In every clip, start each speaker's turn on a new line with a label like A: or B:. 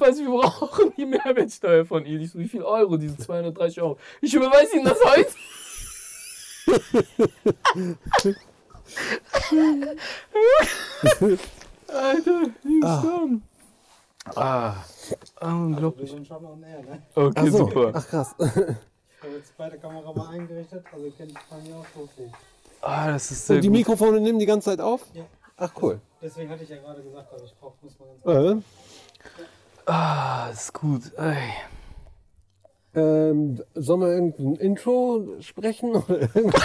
A: weiß, wir brauchen die Mehrwertsteuer von Ihnen. Ich so, wie viel Euro? Diese 230 Euro. Ich überweise Ihnen das heute. Alter, die ist gestorben. Ah,
B: Wir
A: unglaublich.
B: sind schon on air, ne?
A: Okay,
C: Ach so,
A: super.
C: ach krass.
B: Ich habe jetzt beide Kamera mal eingerichtet, also ihr könnt bei mir auch loslegen.
A: Ah, das ist sehr
C: Und die
A: gut.
C: Mikrofone nehmen die ganze Zeit auf?
B: Ja.
C: Ach cool.
B: Deswegen hatte ich ja gerade gesagt, aber ich brauche, muss mal ganz
C: Äh,
A: Ah, ist gut. Ey.
C: ähm, sollen wir irgendein Intro sprechen? oder irgendwas?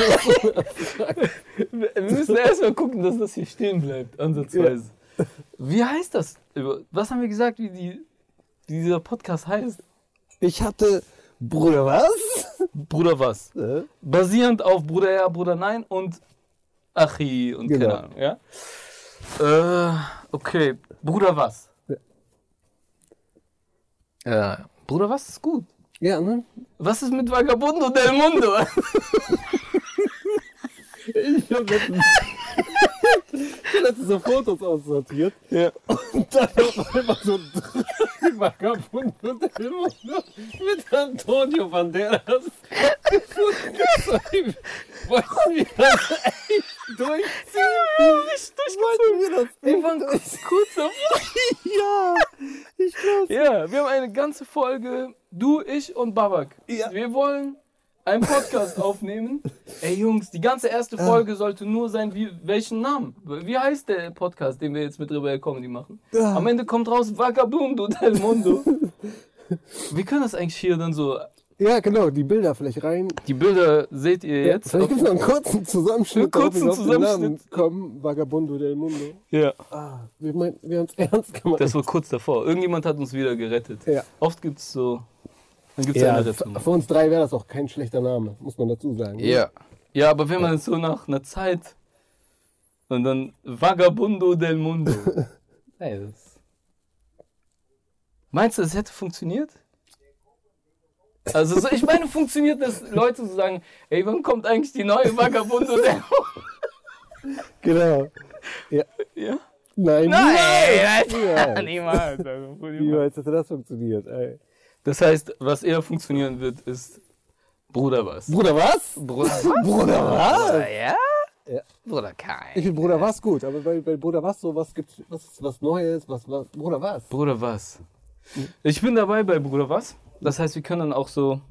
A: Wir wir müssen erstmal gucken, dass das hier stehen bleibt, ansatzweise. Wie heißt das? Über- Was haben wir gesagt, wie die, wie dieser Podcast heißt?
C: ich hatte. Bruder, was?
A: Bruder was?
C: Äh,
A: Basierend auf Bruder ja, Bruder nein und Achi und
C: Genau.
A: keine Ahnung, ja? Äh, okay, Bruder was? Ja. Bruder was ist gut.
C: ja, ne?
A: Was ist mit Vagabundo del Mundo?
C: Ich habe letztens, ich hab letztens so Fotos aussortiert.
A: Ja.
C: Und dann auf einmal so drei Vagabunden und der Mundo mit Antonio Banderas. gefunden. Wollten wir das echt durchziehen?
A: Ich
C: Wollten wir das
A: Wir
C: echt
A: waren kurz, kurz davor.
C: Ja, ich glaube.
A: Ja, wir haben eine ganze Folge, du, ich und Babak.
C: Ja.
A: Wir wollen einen Podcast aufnehmen. Ey Jungs, die ganze erste Folge sollte nur sein, wie, welchen Namen? Wie heißt der Podcast, den wir jetzt mit Rebel Comedy machen?
C: Ja.
A: Am Ende kommt raus Vagabundo del Mundo. wir können das eigentlich hier dann so...
C: Ja, genau, die Bilder vielleicht rein.
A: Die Bilder seht ihr jetzt.
C: Vielleicht gibt es noch einen kurzen Zusammenschnitt,
A: Einen kurzen
C: damit wir auf den
A: Zusammenschnitt.
C: Namen kommen. Vagabundo del Mundo.
A: Ja.
C: Ah, wir, meinen, wir haben es ernst gemacht.
A: Das war kurz davor. Irgendjemand hat uns wieder gerettet.
C: Ja.
A: Oft gibt es so... Dann gibt es
C: ja,
A: eine Rettung.
C: für uns drei wäre das auch kein schlechter Name, muss man dazu sagen.
A: Ja. Ja, aber wenn man es so nach einer Zeit und dann Vagabundo del Mundo. Ey, das Meinst du, das hätte funktioniert? Also so, ich meine, funktioniert das, Leute zu sagen, ey, wann kommt eigentlich die neue Vagabundo del Mundo?
C: Genau.
A: Ja?
C: Nein,
A: Nein,
C: niemals.
A: niemals. Also, wo die-
C: Niemals hätte das funktioniert, ey.
A: Das heißt, was eher funktionieren wird, ist Bruder was?
C: Bruder, was?
A: Bruder was?
C: Bruder, was?
A: Bruder, ja?
C: Ja.
A: Bruder kein.
C: Ich finde Bruder, was gut, aber bei, bei Bruder, was so, was gibt's, was ist was Neues, was, was, Bruder, was?
A: Bruder was? Ich bin dabei bei Bruder was. Das heißt, wir können dann auch so,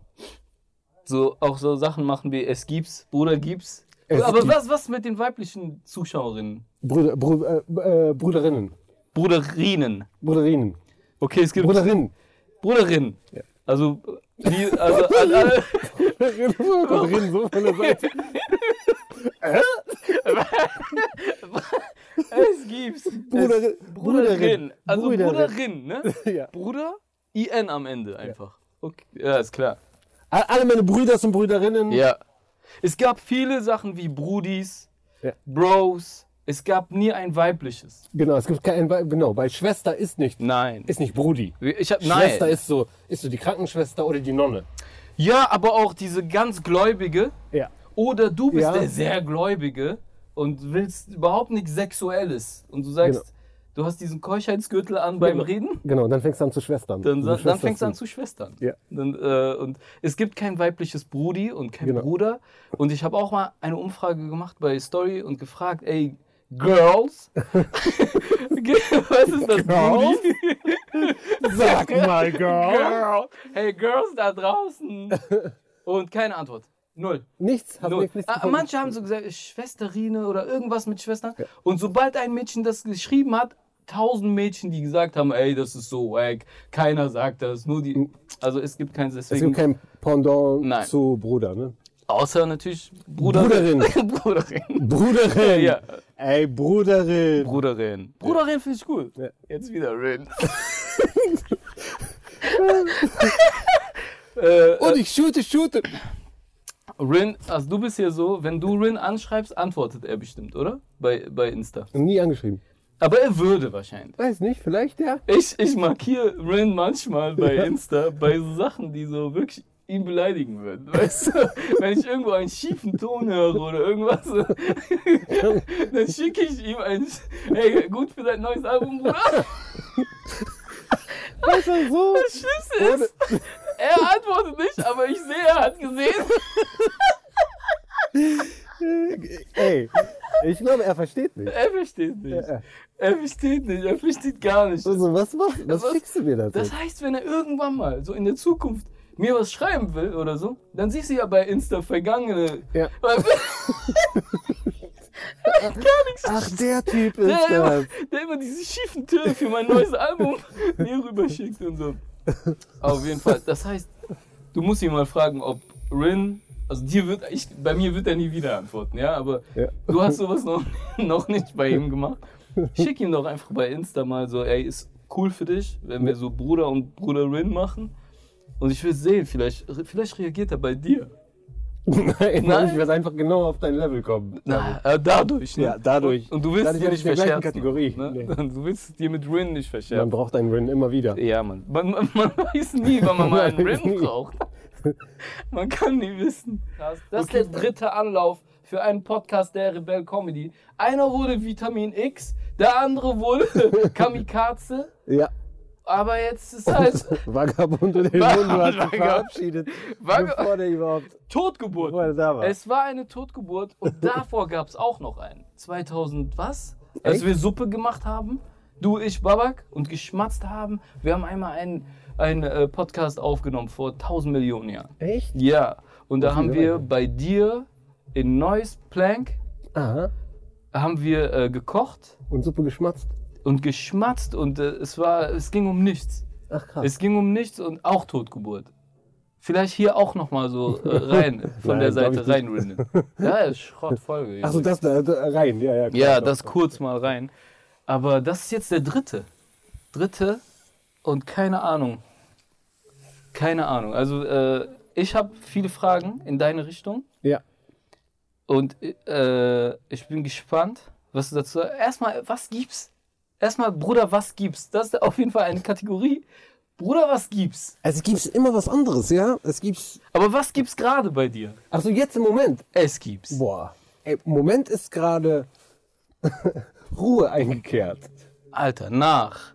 A: so auch so Sachen machen wie es gibt's, Bruder gibt's.
C: Es
A: Aber
C: gibt-
A: was was mit den weiblichen Zuschauerinnen?
C: Bruder, Bru, äh, äh, Bruderinnen.
A: Bruderinnen.
C: Bruderinnen.
A: Okay, es gibt
C: Bruderinnen.
A: Bruderinnen. Also wie, also an alle,
C: Bruderinnen, so von der Seite.
A: es gibt's. Es,
C: Bruderin.
A: Bruderin. Also Bruderin,
C: Bruderin.
A: ne?
C: Ja.
A: Bruder IN am Ende einfach. Okay, ja, ist klar.
C: All- Alle meine Brüder sind Brüderinnen.
A: Ja. Es gab viele Sachen wie Brudis,
C: Ja.
A: Bros. Es gab nie ein weibliches.
C: Genau, es gibt kein, genau, bei Schwester ist nicht,
A: Nein.
C: ist nicht Brudi.
A: Ich hab, nein.
C: Schwester ist so, ist so die Krankenschwester oder die Nonne.
A: ja, aber auch diese ganz Gläubige.
C: Ja.
A: Oder du bist
C: Ja.
A: der sehr Gläubige und willst überhaupt nichts Sexuelles. Und du sagst,
C: Genau.
A: du hast diesen Keuschheitsgürtel an beim Reden.
C: Genau, dann fängst du an zu Schwestern.
A: Dann,
C: Also
A: sa- dann
C: Schwester
A: fängst du an
C: sind-
A: zu schwestern.
C: Ja.
A: Dann, äh, und es gibt kein weibliches Brudi und kein
C: Genau.
A: Bruder. Und ich habe auch mal eine Umfrage gemacht bei Story und gefragt, ey, Girls, was ist das
C: Girls?
A: Brudi?
C: Sag mal,
A: Genau.
C: Girl.
A: Girl. Hey, Girls da draußen. Und keine Antwort. Null.
C: Nichts, hab
A: Null.
C: nichts, nichts
A: Ah,
C: gefunden.
A: manche haben so gesagt, Schwesterine oder irgendwas mit Schwestern. Und sobald ein Mädchen das geschrieben hat, tausend Mädchen, die gesagt haben, ey, das ist so wack, keiner sagt das, nur die. Also es gibt keins
C: Es
A: deswegen.
C: gibt kein Pendant
A: Nein.
C: zu Bruder, ne?
A: außer natürlich Bruderin. Bruderin.
C: Bruderin!
A: Ja.
C: Ey, Bruderin!
A: Bruderin. Bruderin finde ich cool.
C: Ja.
A: Jetzt wieder Rin. äh,
C: Und ich shoote, shoote!
A: Rin, also du bist hier so, wenn du Rin anschreibst, antwortet er bestimmt, oder? Bei, bei Insta.
C: Nie angeschrieben.
A: Aber er würde wahrscheinlich.
C: Weiß nicht, vielleicht ja.
A: Ich, ich markiere Rin manchmal bei Insta bei so Sachen, die so wirklich ihn beleidigen würden. Weißt du, wenn ich irgendwo einen schiefen Ton höre oder irgendwas, dann schicke ich ihm einen. Sch- Hey, gut für dein neues Album, Bruder.
C: Weißt du, so.
A: Das Schlimmste ist, er antwortet nicht, aber ich sehe, er hat gesehen.
C: Ey, ich glaube, er versteht mich.
A: Er versteht nicht.
C: Ja.
A: Er versteht nicht. Er versteht gar nicht.
C: Also, was, machst, was
A: Was-
C: schickst du mir da
A: Das
C: denn?
A: heißt, wenn er irgendwann mal so in der Zukunft mir was schreiben will oder so, dann siehst du ja bei Insta vergangene.
C: Ja.
A: Weil-
C: Ach, der Typ ist
A: der,
C: das.
A: immer, der immer diese schiefen Töne für mein neues Album mir rüberschickt und so. Auf jeden Fall. Das heißt, du musst ihn mal fragen, ob Rin. Also dir wird, ich, bei mir wird er nie wieder antworten, ja, aber
C: Ja.
A: du hast sowas noch, noch nicht bei ihm gemacht. Schick ihm doch einfach bei Insta mal so, ey, ist cool für dich, wenn wir so Bruder und Bruderin machen. Und ich will sehen, vielleicht, vielleicht reagiert er bei dir.
C: Nein,
A: Nein.
C: ich werde einfach genau auf dein Level kommen.
A: Na, äh, dadurch, ne?
C: Ja, dadurch.
A: Und, und du willst
C: Dadurch
A: es dir
C: bin
A: nicht
C: ich in der
A: verscherzen.
C: gleichen Kategorie.
A: Ne? Du willst es dir mit Rin nicht verscherzen.
C: Man braucht einen Win immer wieder.
A: Ja, man, man, man, man weiß nie, wann man mal einen
C: Man weiß
A: Rim
C: nie.
A: braucht. Man kann nie wissen. Das, das ist der dritte Anlauf für einen Podcast der Rebell Comedy. Einer wurde Vitamin X, der andere wurde Kamikaze.
C: Ja,
A: Aber jetzt ist halt
C: Vagabund und Helmundo hat sich verabschiedet,
A: Vagab-
C: bevor der überhaupt bevor
A: Totgeburt.
C: er da war.
A: Es war eine Totgeburt und davor gab es auch noch einen. 2000 was? Als
C: Echt?
A: wir Suppe gemacht haben, du, ich, Babak und geschmatzt haben. Wir haben einmal einen, einen äh, Podcast aufgenommen vor 1000 Millionen Jahren.
C: Echt?
A: Ja, und da haben
C: viele
A: wir
C: Leute.
A: bei dir in Neuss Plank
C: Aha.
A: haben wir äh, gekocht
C: Und Suppe geschmatzt.
A: und geschmatzt und äh, es war es ging um nichts.
C: Ach krass.
A: Es ging um nichts und auch Totgeburt. Vielleicht hier auch noch mal so äh, rein von der
C: Nein, glaub ich
A: Seite reinrinnen. Ja, ist Schrottfolge.
C: Achso,
A: Junge.
C: das da, da rein. Ja, ja. klar,
A: ja,
C: doch,
A: das
C: doch.
A: kurz mal rein. Aber das ist jetzt der dritte. Dritte und keine Ahnung. Keine Ahnung. Also äh, ich habe viele Fragen in deine Richtung.
C: Ja.
A: Und äh, ich bin gespannt, was du dazu sagst. Erstmal, was gibt's? Erstmal, Bruder, was gibt's? Das ist auf jeden Fall eine Kategorie. Bruder, was gibt's?
C: Es gibt Also immer was anderes, ja? Es gibt.
A: Aber was gibt's gerade bei dir?
C: Achso, jetzt im Moment.
A: Es gibt's.
C: Boah. Ey, im Moment ist gerade Ruhe eingekehrt.
A: Alter, nach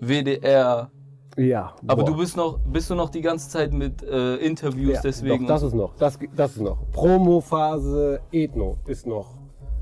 A: WDR.
C: Ja.
A: Aber
C: boah.
A: du bist noch, bist du noch die ganze Zeit mit äh, Interviews
C: Ja,
A: deswegen.
C: Doch, das ist noch. Das, das ist noch. Promophase Ethno ist noch.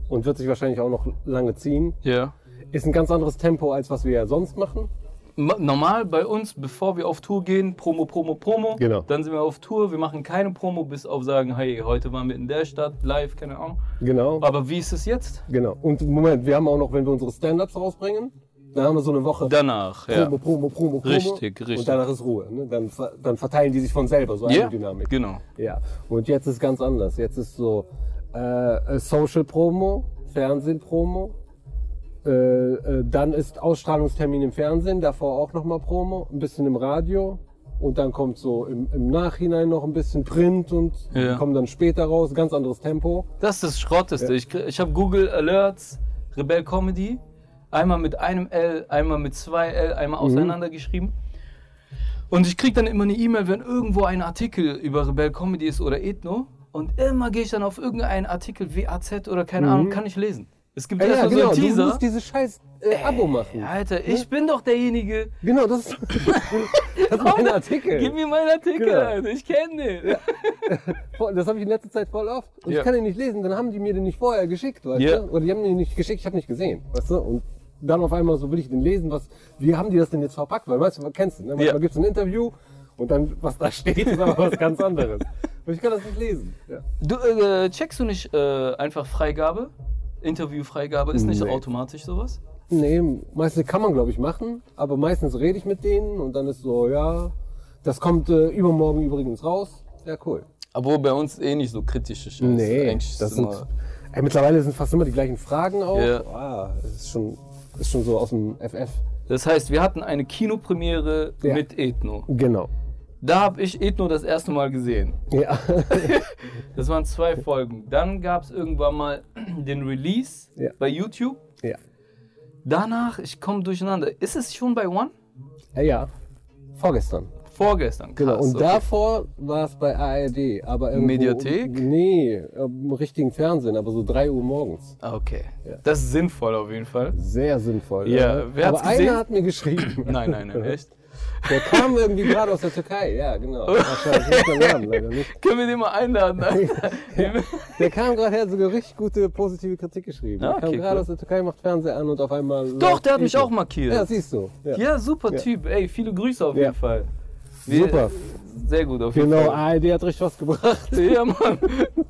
C: Und wird sich wahrscheinlich auch noch lange ziehen.
A: ja.
C: Ist ein ganz anderes Tempo, als was wir ja sonst machen.
A: Ma- Normal bei uns, bevor wir auf Tour gehen, Promo, Promo, Promo.
C: Genau.
A: Dann sind wir auf Tour. Wir machen keine Promo, bis auf sagen, hey, heute waren wir in der Stadt, live, keine Ahnung.
C: Genau.
A: Aber wie ist es jetzt?
C: Genau. Und Moment, wir haben auch noch, wenn wir unsere Stand-Ups rausbringen, dann haben wir so eine Woche
A: Danach, ja.
C: Promo, Promo, Promo, Promo.
A: Richtig, richtig.
C: Und danach ist Ruhe. Ne? Dann, ver- dann verteilen die sich von selber, so eine
A: Ja,
C: Dynamik.
A: genau.
C: Ja. Und jetzt ist ganz anders. Jetzt ist so äh, Social Promo, Fernsehen Promo. Äh, äh, dann ist Ausstrahlungstermin im Fernsehen, davor auch nochmal Promo, ein bisschen im Radio und dann kommt so im, im Nachhinein noch ein bisschen Print und
A: Ja.
C: kommen dann später raus, ganz anderes Tempo.
A: Das ist das Schrotteste. Ich, krieg- ich habe Google Alerts, Rebell Comedy, einmal mit einem L, einmal mit zwei L, einmal
C: Mhm.
A: auseinandergeschrieben. Und ich krieg dann immer eine E-Mail, wenn irgendwo ein Artikel über Rebell Comedy ist oder Ethno. Und immer gehe ich dann auf irgendeinen Artikel, WAZ oder keine Ahnung, kann ich lesen. Es gibt
C: Mhm. Ja, ja,
A: erstmal so
C: genau,
A: einen
C: du
A: Teaser.
C: musst dieses scheiß äh, Abo machen.
A: Alter, ich bin doch derjenige.
C: Genau, das ist, das ist mein Artikel.
A: Gib mir meinen Artikel,
C: Genau.
A: Alter. Ich kenne den.
C: Voll- Das habe ich in letzter Zeit voll oft. Und
A: Ja.
C: ich kann den nicht lesen, dann haben die mir den nicht vorher geschickt, weißt
A: Ja.
C: du? Oder die haben den nicht geschickt, ich habe nicht gesehen, weißt du? Und dann auf einmal so will ich den lesen, was, wie haben die das denn jetzt verpackt? Weil manchmal kennst du, ne? manchmal
A: Ja.
C: gibt es ein Interview und dann, was da steht, ist aber was ganz anderes. Und ich kann das nicht lesen. Ja.
A: Du äh, checkst du nicht äh, einfach Freigabe? Interviewfreigabe ist nicht
C: Nee.
A: automatisch sowas?
C: Nee, meistens kann man, glaube ich, machen, aber meistens rede ich mit denen und dann ist so, ja, das kommt äh, übermorgen übrigens raus. Ja, cool.
A: Obwohl bei uns eh nicht so kritische Scheiße.
C: Nee,
A: Eigentlich ist
C: das
A: es
C: sind,
A: immer-
C: ey, mittlerweile sind fast immer die gleichen Fragen auch.
A: Ja.
C: Ah, das ist schon, das ist schon so aus dem FF.
A: das heißt, wir hatten eine Kinopremiere
C: Ja.
A: mit Ethno.
C: Genau.
A: Da habe ich Ethno das erste Mal gesehen.
C: Ja,
A: Das waren zwei Folgen. Dann gab es irgendwann mal den Release
C: Ja.
A: bei YouTube.
C: ja.
A: Danach, ich komme durcheinander. Ist es schon bei One?
C: Äh, ja. Vorgestern.
A: Vorgestern. Krass,
C: Genau. und
A: okay.
C: davor war es bei ARD, aber irgendwo.
A: Mediathek?
C: Nee, im richtigen Fernsehen, aber so 3 Uhr morgens.
A: Ah, Okay.
C: Ja.
A: Das ist sinnvoll auf jeden Fall.
C: Sehr sinnvoll. ne?
A: Ja, wer hat's
C: aber einer
A: gesehen?
C: hat mir geschrieben.
A: Nein, nein, nein, echt.
C: Der kam irgendwie gerade aus der Türkei, ja, genau. Wahrscheinlich nicht mehr Namen, leider nicht.
A: Können wir den mal einladen? Alter?
C: Der kam gerade her, hat sogar richtig gute positive Kritik geschrieben.
A: Ah,
C: der kam
A: okay,
C: gerade
A: cool.
C: aus der Türkei, macht Fernseher an und auf einmal.
A: Doch, der hat mich
C: Ekel.
A: auch markiert.
C: Ja, siehst du. Ja.
A: Ja, super Typ. Ey, viele Grüße auf
C: Ja.
A: jeden Fall.
C: Super.
A: Sehr gut auf jeden
C: Genau,
A: Fall.
C: ARD hat richtig was gebracht.
A: Ja, Mann.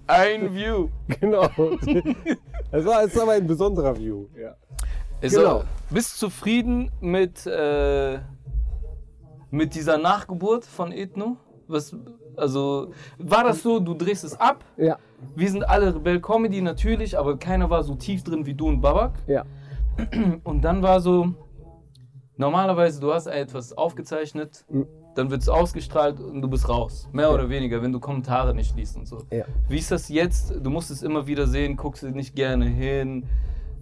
A: Ein View.
C: Genau. Es war, es war aber ein besonderer View. Ja.
A: Also,
C: Genau.
A: Bist du zufrieden mit, äh, mit dieser Nachgeburt von Ethno? Was, also, war das so, du drehst es ab?
C: Ja,
A: Wir sind alle Rebell Comedy natürlich, aber keiner war so tief drin wie du und Babak.
C: ja.
A: Und dann war so, normalerweise, du hast etwas aufgezeichnet,
C: Hm.
A: dann wird es ausgestrahlt und du bist raus. Mehr oder weniger, wenn du Kommentare nicht liest und so.
C: Ja.
A: Wie ist das jetzt? Du musst es immer wieder sehen, guckst du nicht gerne hin,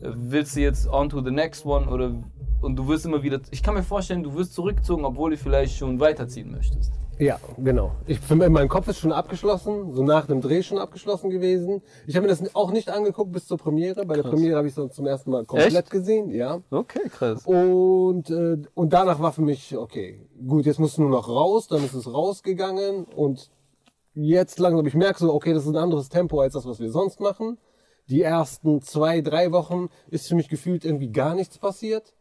A: äh, willst du jetzt on to the next one oder und du wirst immer wieder. Ich kann mir vorstellen, du wirst zurückgezogen, obwohl du vielleicht schon weiterziehen möchtest.
C: Ja, genau. Ich, für mich- mein Kopf ist schon abgeschlossen, so nach dem Dreh schon abgeschlossen gewesen. Ich habe mir das auch nicht angeguckt bis zur Premiere. Bei der Premiere habe ich es zum ersten Mal komplett
A: Echt?
C: gesehen, ja.
A: Okay, krass.
C: Und, äh, und danach war für mich, okay, gut, jetzt musst du nur noch raus, dann ist es rausgegangen und jetzt langsam, ich merke so, okay, das ist ein anderes Tempo als das, was wir sonst machen. Die ersten zwei, drei Wochen ist für mich gefühlt irgendwie gar nichts passiert.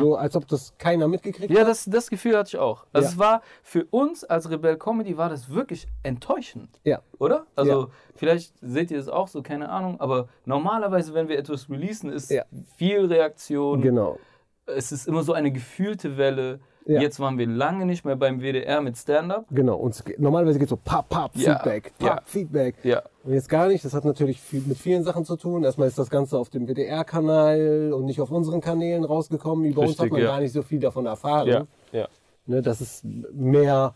C: So, als ob das keiner mitgekriegt
A: Ja, das, das Gefühl hatte ich auch. Also
C: Ja.
A: es war für uns als Rebell Comedy war das wirklich enttäuschend.
C: Ja.
A: Oder? Also vielleicht seht ihr es auch so, keine Ahnung, aber normalerweise, wenn wir etwas releasen, ist
C: Ja.
A: viel Reaktion.
C: Genau.
A: Es ist immer so eine gefühlte Welle.
C: Ja.
A: Jetzt waren wir lange nicht mehr beim WDR mit Stand-up.
C: Genau. Und es geht, normalerweise geht so pap, pap,
A: Ja,
C: Feedback, pap,
A: ja.
C: Feedback.
A: Ja.
C: Und jetzt gar nicht. Das hat natürlich viel, mit vielen Sachen zu tun. Erstmal ist das Ganze auf dem WDR-Kanal und nicht auf unseren Kanälen rausgekommen. Über uns
A: Richtig,
C: hat man
A: ja.
C: gar nicht so viel davon erfahren.
A: ja.
C: Ne, das ist mehr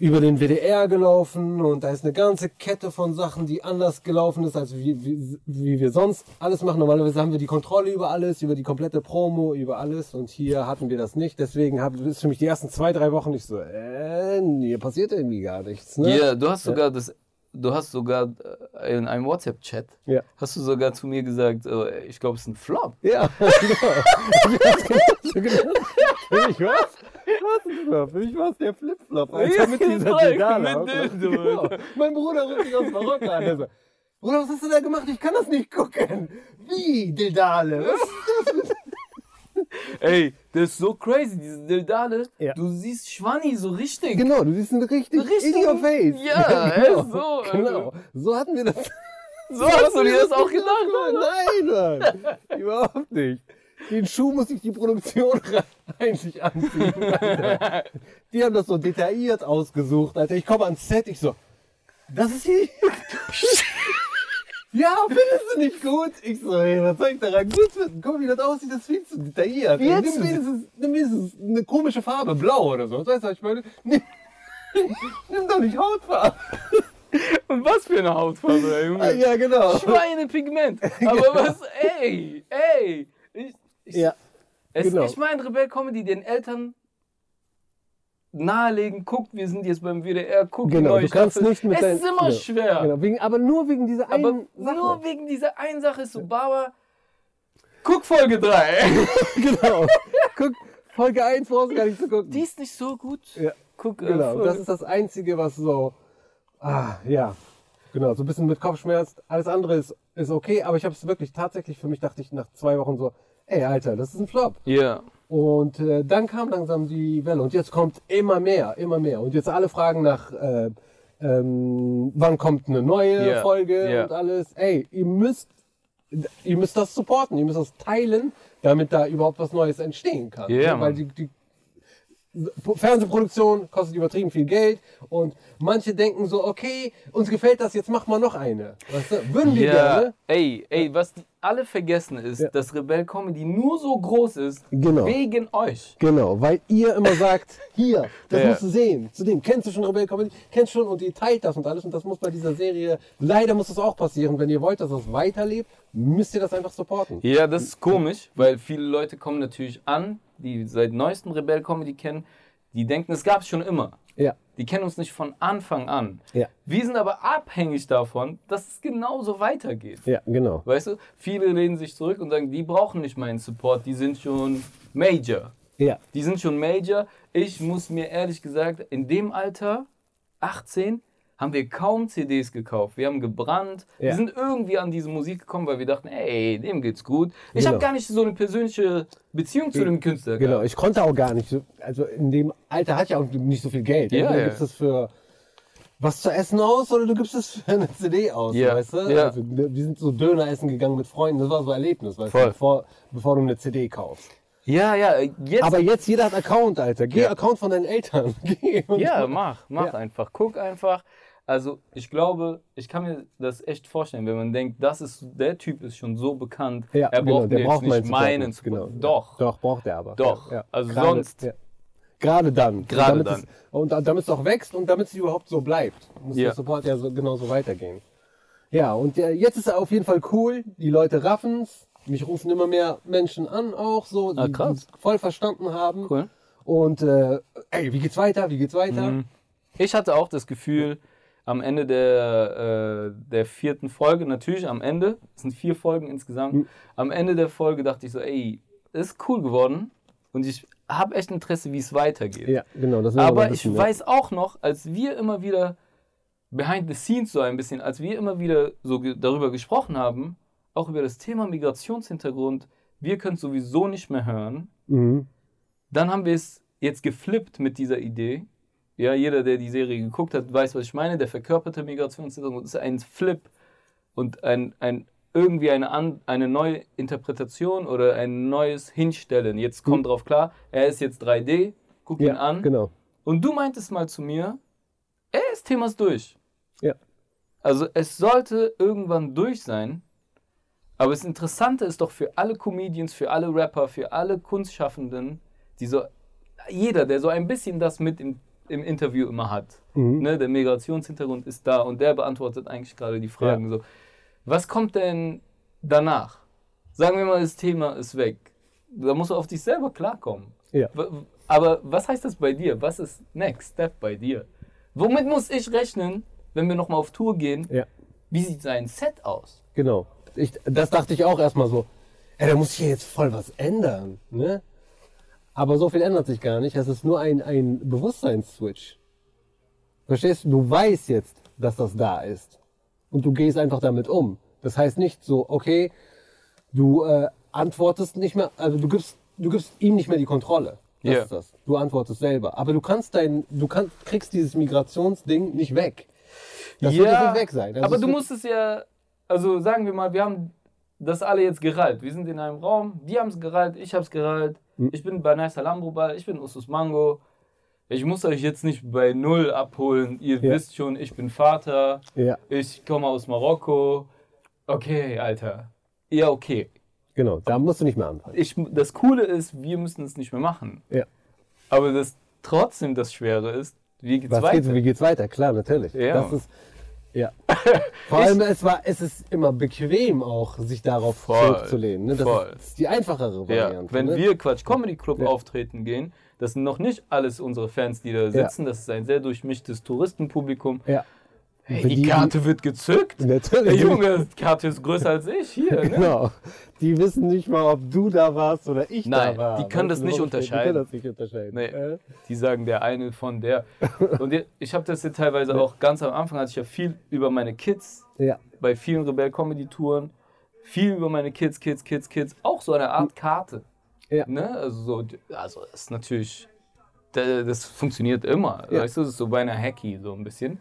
C: über den WDR gelaufen und da ist eine ganze Kette von Sachen, die anders gelaufen ist, als wie, wie, wie wir sonst alles machen. Normalerweise haben wir die Kontrolle über alles, über die komplette Promo, über alles und hier hatten wir das nicht. Deswegen hab, ist für mich die ersten zwei, drei Wochen nicht so, äh, hier passiert irgendwie gar nichts.
A: Ja,
C: Ne?
A: du hast sogar das, du hast sogar äh, in einem WhatsApp-Chat,
C: Ja.
A: hast du sogar zu mir gesagt, oh, ich glaube, es ist ein Flop.
C: Ja, genau. Für mich was? Was Für mich war es der Flipflop. Alter,
A: Ja,
C: mit dieser
A: voll,
C: Degala.
A: mit Dildo,
C: Genau.
A: Alter.
C: Mein Bruder ruft mich aus Marokko an. Der so, Bruder, was hast du da gemacht? Ich kann das nicht gucken. Wie, Dildale? Was?
A: Ey, das ist so crazy, diese Dildale.
C: Ja.
A: Du siehst Schwanni so richtig.
C: Genau, du siehst einen richtig
A: Richtig,
C: in your face.
A: ja,
C: genau.
A: äh, so, äh,
C: Genau, so hatten wir das.
A: So hast du dir das auch
C: Genau.
A: gedacht.
C: gedacht? Nein, Mann. Überhaupt nicht. Den Schuh muss ich die Produktion eigentlich anziehen. Alter. Die haben das so detailliert ausgesucht. Alter, ich komme ans Set, ich so, das ist hier. ja, findest du nicht gut? Ich so, ey, was soll ich daran gut finden? Guck mal, wie das aussieht, das ist viel zu detailliert. Ey,
A: Jetzt-
C: nimm, wenigstens, nimm wenigstens eine komische Farbe, blau oder so. Weißt du, was ich meine? Nimm, nimm doch nicht Hautfarbe.
A: Und was für eine Hautfarbe, ey, Junge.
C: Ja, genau.
A: Schweinepigment. Aber was, ey, ey. Ich, ich,
C: Ja.
A: es,
C: genau.
A: ich meine, Rebell Comedy den Eltern nahelegen, guckt, wir sind jetzt beim WDR, guckt die
C: Genau,
A: neue
C: du kannst
A: Staffel.
C: nicht mit
A: Es
C: deinen-
A: ist immer
C: genau,
A: schwer.
C: Genau, wegen, aber nur wegen dieser einen
A: Aber
C: Sache.
A: nur wegen dieser einen Sache ist so, Baba, guck Folge 3.
C: genau. Guck, Folge 1 brauchst du gar nicht zu gucken.
A: Die ist nicht so gut.
C: Ja,
A: Guck, äh,
C: genau,
A: Folge-
C: das ist das Einzige, was so... Ah, ja. Genau, so ein bisschen mit Kopfschmerz. Alles andere ist, ist okay, aber ich habe es wirklich tatsächlich für mich, dachte ich nach zwei Wochen so, ey Alter, das ist ein Flop.
A: Ja.
C: Und äh, dann kam langsam die Welle und jetzt kommt immer mehr, immer mehr. Und jetzt alle fragen nach, äh, ähm, wann kommt eine neue
A: Ja,
C: Folge
A: ja.
C: und alles. Ey, ihr müsst, ihr müsst das supporten, ihr müsst das teilen, damit da überhaupt was Neues entstehen kann.
A: Ja,
C: Weil
A: Mann.
C: die, die Fernsehproduktion kostet übertrieben viel Geld und manche denken so, okay, uns gefällt das, jetzt machen wir noch eine. Weißt du? Würden wir
A: Ja,
C: gerne.
A: ey, ey, was die alle vergessen ist,
C: Ja.
A: dass Rebell Comedy nur so groß ist
C: Genau.
A: wegen euch.
C: Genau, weil ihr immer sagt, hier, das
A: Ja.
C: musst du sehen, zu dem, kennst du schon Rebell Comedy, kennst schon und ihr teilt das und alles und das muss bei dieser Serie, leider muss das auch passieren, wenn ihr wollt, dass das weiterlebt, müsst ihr das einfach supporten.
A: Ja, das ist komisch, weil viele Leute kommen natürlich an, die seit neuestem Rebell Comedy kennen, die denken, es gab es schon immer.
C: Ja,
A: Die kennen uns nicht von Anfang an.
C: Ja.
A: Wir sind aber abhängig davon, dass es genauso weitergeht.
C: ja, genau.
A: Weißt du, viele lehnen sich zurück und sagen, die brauchen nicht meinen Support, die sind schon Major.
C: Ja.
A: Die sind schon Major. Ich muss mir ehrlich gesagt, in dem Alter, 18, haben wir kaum CDs gekauft. Wir haben gebrannt. Wir
C: Ja.
A: sind irgendwie an diese Musik gekommen, weil wir dachten, ey, dem geht's gut. Ich
C: Genau.
A: habe gar nicht so eine persönliche Beziehung zu dem Künstler.
C: Genau,
A: gehabt.
C: ich konnte auch gar nicht. so- Also in dem Alter hatte ich auch nicht so viel Geld.
A: Ja,
C: Ja, Entweder
A: ja.
C: gibst du es für was zu essen aus oder du gibst es für eine CD aus,
A: Ja,
C: weißt du?
A: ja.
C: Also, wir wir sind so Döner essen gegangen mit Freunden, das war so ein Erlebnis, weißt
A: Voll.
C: du, bevor, bevor du eine CD kaufst.
A: Ja, ja, jetzt.
C: Aber jetzt jeder hat Account, Alter. Geh
A: Ja.
C: Account von deinen Eltern. Geh und
A: ja, mach, mach
C: Ja.
A: einfach. Guck einfach. Also, ich glaube, ich kann mir das echt vorstellen, wenn man denkt, das ist, der Typ ist schon so bekannt,
C: Ja, genau,
A: er braucht
C: der
A: mir
C: braucht
A: jetzt nicht meinen
C: Support
A: zu
C: nicht,
A: genau. Doch.
C: Doch, braucht er aber.
A: Doch. Also sonst-
C: Ja. Gerade dann. Also
A: Gerade
C: damit
A: dann.
C: Es, und da- damit es auch wächst und damit es überhaupt so bleibt, muss
A: Ja.
C: der Support ja so, genauso weitergehen. Ja, und äh, jetzt ist er auf jeden Fall cool. Die Leute raffen's. Mich rufen immer mehr Menschen an, auch so, die
A: Ah, krass.
C: die's voll verstanden haben.
A: Cool.
C: Und äh, ey, wie geht's weiter? Wie geht's weiter?
A: Mhm. Ich hatte auch das Gefühl, am Ende der, äh, der vierten Folge, natürlich am Ende, es sind vier Folgen insgesamt,
C: Hm.
A: am Ende der Folge dachte ich so, ey, ist cool geworden und ich habe echt Interesse, wie es weitergeht.
C: Ja, genau. Das will man
A: Aber
C: mal wissen,
A: ich
C: ne?
A: weiß auch noch, als wir immer wieder behind the scenes so ein bisschen, als wir immer wieder so ge darüber gesprochen haben, auch über das Thema Migrationshintergrund, wir können es sowieso nicht mehr hören.
C: Mhm.
A: Dann haben wir es jetzt geflippt mit dieser Idee. Ja, jeder, der die Serie geguckt hat, weiß, was ich meine. Der verkörperte Migrationshintergrund ist ein Flip und ein, ein irgendwie eine, an, eine neue Interpretation oder ein neues Hinstellen. Jetzt kommt drauf klar, er ist jetzt 3D, guck ihn
C: Ja,
A: an.
C: genau.
A: Und du meintest mal zu mir, ey, das Thema ist durch.
C: Ja.
A: Also es sollte irgendwann durch sein. Aber das Interessante ist doch für alle Comedians, für alle Rapper, für alle Kunstschaffenden, die so, jeder, der so ein bisschen das mit im, im Interview immer hat.
C: Mhm.
A: Ne, der Migrationshintergrund ist da und der beantwortet eigentlich gerade die Fragen so. Was kommt denn danach? Sagen wir mal, das Thema ist weg. Da musst du auf dich selber klarkommen.
C: Ja.
A: W- Aber was heißt das bei dir? Was ist Next Step bei dir? Womit muss ich rechnen, wenn wir nochmal auf Tour gehen?
C: Ja.
A: Wie sieht sein Set aus?
C: Genau. Ich, das dachte ich auch erstmal so. Ey, da muss ich ja jetzt voll was ändern, ne? Aber so viel ändert sich gar nicht. Das ist nur ein, ein Bewusstseinsswitch. Verstehst du? Du weißt jetzt, dass das da ist. Und du gehst einfach damit um. Das heißt nicht so, okay, du äh, antwortest nicht mehr, also du gibst, du gibst ihm nicht mehr die Kontrolle. Das
A: Ja.
C: ist das. Du antwortest selber. Aber du kannst dein, du kannst, kriegst dieses Migrationsding nicht weg. Das wird jetzt nicht weg sein. Das
A: aber
C: ist
A: du
C: jetzt-
A: musst es ja, also sagen wir mal, wir haben das alle jetzt gerallt. Wir sind in einem Raum, die haben es gerallt, ich habe es gerallt.
C: Hm.
A: Ich bin bei Nice Alambro ich bin Usus Mango. Ich muss euch jetzt nicht bei Null abholen. Ihr
C: Ja.
A: wisst schon, ich bin Vater.
C: Ja,
A: Ich komme aus Marokko. Okay, Alter. Ja, okay.
C: genau. Da musst du nicht mehr anfangen.
A: Ich, das Coole ist, wir müssen es nicht mehr machen.
C: Ja.
A: Aber das trotzdem das Schwere ist, wie geht's
C: Was
A: weiter?
C: geht's, wie geht's weiter? Klar, natürlich.
A: Ja,
C: das
A: Mann.
C: ist, ja. Vor allem, es, war, es ist immer bequem auch, sich darauf
A: Voll,
C: zurückzulehnen. Ne? Das
A: voll.
C: ist die einfachere
A: ja.
C: Variante.
A: Wenn
C: ne?
A: wir Quatsch Comedy Club
C: Ja.
A: auftreten gehen, das sind noch nicht alles unsere Fans, die da sitzen. Das ist ein sehr durchmischtes Touristenpublikum.
C: ja.
A: Hey,
C: Für
A: die, Karte wird gezückt.
C: Natürlich.
A: Hey, Junge, die Karte ist größer als ich hier. Ne?
C: Genau. Die wissen nicht mal, ob du da warst oder ich
A: Nein,
C: da war.
A: die können das
C: Weißt du,
A: nicht
C: warum steht- Die
A: unterscheiden.
C: können das nicht unterscheiden.
A: Nee.
C: Äh?
A: Die sagen, der eine von der. Und ihr- ich habe das hier teilweise auch ganz am Anfang, hatte ich ja viel über meine Kids
C: Äh? Ja.
A: bei vielen Rebell Comedy Touren viel über meine Kids, Kids, Kids, Kids, auch so eine Art Karte.
C: Ja.
A: Ne? Also, so, also das ist natürlich, da- das funktioniert immer.
C: Ja.
A: Weißt du, das ist so beinahe hacky, so ein bisschen.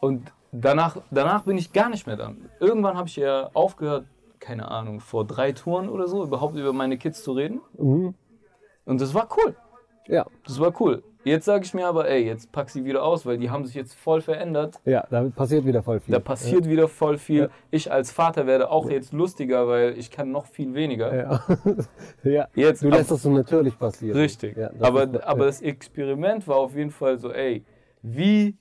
A: Und danach, danach bin ich gar nicht mehr dran. Irgendwann habe ich ja aufgehört, keine Ahnung, vor drei Touren oder so, überhaupt über meine Kids zu reden.
C: Mhm.
A: Und das war cool.
C: Ja.
A: Das war cool. Jetzt sage ich mir aber, ey, jetzt pack sie wieder aus, weil die haben sich jetzt voll verändert.
C: Ja, da passiert wieder voll viel.
A: Da passiert wieder voll viel.
C: Ja.
A: Ich als Vater werde auch jetzt lustiger, weil ich kann noch viel weniger.
C: Äh, Ja. ja.
A: Jetzt
C: Du lässt
A: ab-
C: das so natürlich passieren.
A: richtig.
C: Ja, das
A: aber,
C: ist-
A: aber das Experiment war auf jeden Fall so, ey, wie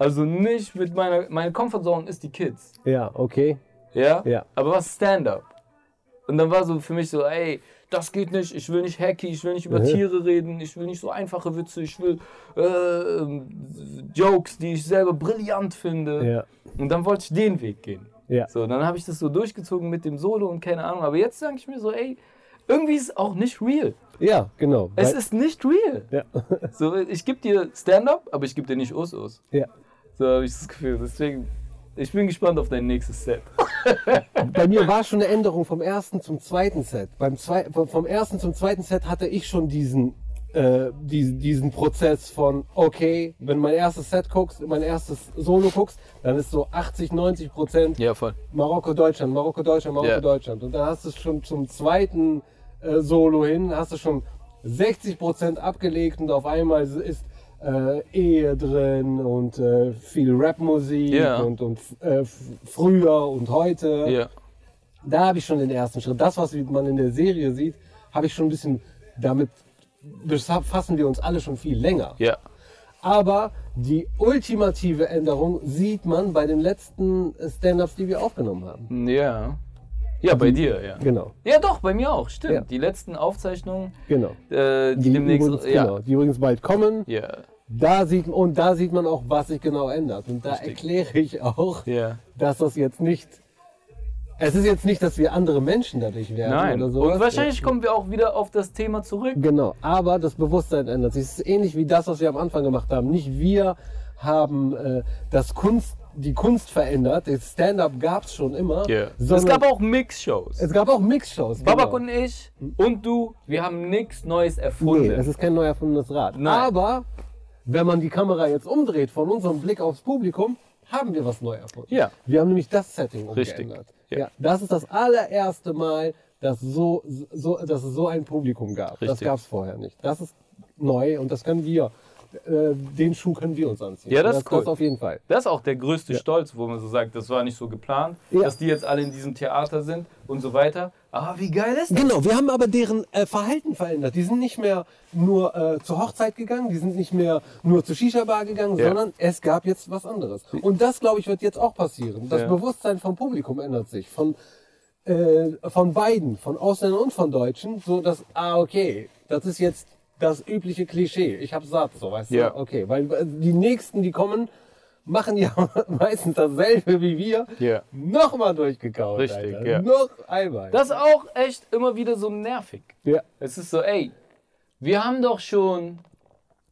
A: also nicht mit meiner meine Comfortzone ist die Kids,
C: äh, Ja, okay.
A: ja?
C: Ja.
A: Aber was ist Stand-up? Und dann war so für mich so, ey, das geht nicht, ich will nicht hacky, ich will nicht über
C: Mhm.
A: Tiere reden, ich will nicht so einfache Witze, ich will äh, Jokes, die ich selber brillant finde.
C: Ja.
A: Und dann wollte ich den Weg gehen.
C: Ja.
A: So, dann habe ich das so durchgezogen mit dem Solo und keine Ahnung. Aber jetzt denke ich mir so, ey, Irgendwie ist es auch nicht real.
C: Ja, genau.
A: Es
C: Weil-
A: ist nicht real.
C: ja.
A: So, ich gebe dir Stand-up, aber ich gebe dir nicht Us-Us.
C: ja.
A: So habe ich das Gefühl. Deswegen, ich bin gespannt auf dein nächstes Set.
C: Bei mir war schon eine Änderung vom ersten zum zweiten Set. Beim zwei, vom vom ersten zum zweiten Set hatte ich schon diesen, äh, diesen, diesen Prozess von, okay, wenn mein erstes Set guckst, mein erstes Solo guckst, dann ist so 80, 90 Prozent
A: Ja, voll.
C: Marokko, Deutschland, Marokko, Deutschland, Marokko,
A: Ja.
C: Deutschland. Und dann hast du schon zum zweiten äh, Solo hin, hast du schon 60 Prozent abgelegt und auf einmal s- ist äh, Ehe drin und äh, viel Rapmusik
A: Ja.
C: und, und äh, f- früher und heute.
A: Ja.
C: Da habe ich schon den ersten Schritt. Das, was man in der Serie sieht, habe ich schon ein bisschen damit befassen wir uns alle schon viel länger.
A: Ja.
C: Aber die ultimative Änderung sieht man bei den letzten Stand-ups, die wir aufgenommen haben.
A: Ja. Ja, bei dir, ja.
C: Genau,
A: Ja, doch, bei mir auch, stimmt.
C: Ja.
A: Die letzten Aufzeichnungen,
C: genau.
A: äh, die, demnächst.
C: übrigens,
A: ja.
C: genau, die übrigens bald kommen.
A: ja.
C: Da sieht, und da sieht man auch, was sich genau ändert. Und da
A: Richtig.
C: erkläre ich auch,
A: Ja.
C: dass das jetzt nicht. Es ist jetzt nicht, dass wir andere Menschen dadurch werden
A: Nein.
C: oder sowas.
A: Und wahrscheinlich kommen wir auch wieder auf das Thema zurück.
C: Genau, aber das Bewusstsein ändert sich. Es ist ähnlich wie das, was wir am Anfang gemacht haben. Nicht wir haben äh, das Kunst, die Kunst verändert. Das Stand-up gab es schon immer.
A: Es
C: sondern-
A: gab auch Mix-Shows.
C: es gab auch Mixshows.
A: Babak und ich und du, wir haben nichts Neues
C: Genau. nee,
A: erfunden.
C: es ist kein neu erfundenes Rad.
A: Nein.
C: Aber wenn man die Kamera jetzt umdreht von unserem Blick aufs Publikum, haben wir was neu erfunden.
A: Ja.
C: Wir haben nämlich das Setting
A: Richtig.
C: umgeändert.
A: Ja.
C: Ja. das ist das allererste Mal, dass, so, so, dass es so ein Publikum gab. Das
A: Richtig.
C: gab es vorher nicht. Das ist neu und das können wir, äh, den Schuh können wir uns anziehen.
A: Ja, das ist cool.
C: Das auf jeden Fall.
A: Das ist auch der größte Stolz, wo man so sagt, das war nicht so geplant,
C: Ja.
A: dass die jetzt alle in diesem Theater sind und so weiter. Aber wie geil ist das?
C: Genau, wir haben aber deren äh, Verhalten verändert. Die sind nicht mehr nur äh, zur Hochzeit gegangen, die sind nicht mehr nur zur Shisha-Bar gegangen,
A: Ja.
C: sondern es gab jetzt was anderes. Und das, glaube ich, wird jetzt auch passieren. Das
A: Ja.
C: Bewusstsein vom Publikum ändert sich, von, äh, von beiden, von Ausländern und von Deutschen, so dass, ah, okay, das ist jetzt das übliche Klischee. Ich habe satt, so weißt
A: Ja.
C: du. Okay, weil äh, die Nächsten, die kommen, machen ja meistens dasselbe wie wir.
A: Ja.
C: Nochmal durchgekaut.
A: Richtig,
C: Alter.
A: ja.
C: Noch einmal.
A: Das ist auch echt immer wieder so nervig.
C: ja.
A: Es ist so, ey, wir haben doch schon,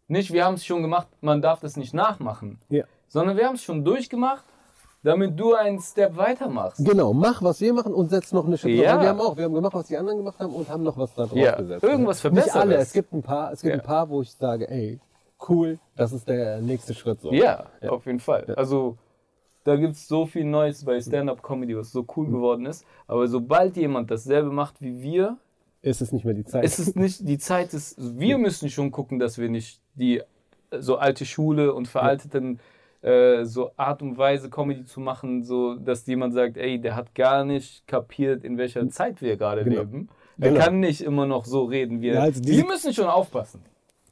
A: nicht wir haben es schon gemacht, man darf das nicht nachmachen,
C: Ja.
A: sondern wir haben es schon durchgemacht, damit du einen Step weitermachst.
C: Genau, mach, was wir machen und setz noch eine Schippe.
A: Ja.
C: drauf. Weil Wir haben auch, wir haben gemacht, was die anderen gemacht haben und haben noch was da drauf
A: Ja,
C: gesetzt.
A: irgendwas
C: Nicht alle,
A: Verbesseres.
C: es gibt ein paar, es gibt
A: Ja.
C: ein paar, wo ich sage, ey, cool, das ist der nächste Schritt so.
A: Ja, auf jeden Fall. Also, da gibt es so viel Neues bei Stand-Up-Comedy, was so
C: Mhm.
A: cool geworden ist. Aber sobald jemand dasselbe macht wie wir,
C: Ist es nicht mehr die Zeit.
A: es ist nicht die Zeit ist. Wir müssen schon gucken, dass wir nicht die äh, so alte Schule und veralteten äh, so Art und Weise Comedy zu machen, so dass jemand sagt, ey, der hat gar nicht kapiert, in welcher Zeit wir gerade
C: Genau.
A: leben. Er
C: Genau.
A: kann nicht immer noch so reden. Wir,
C: Ja, also diese-
A: wir müssen schon aufpassen,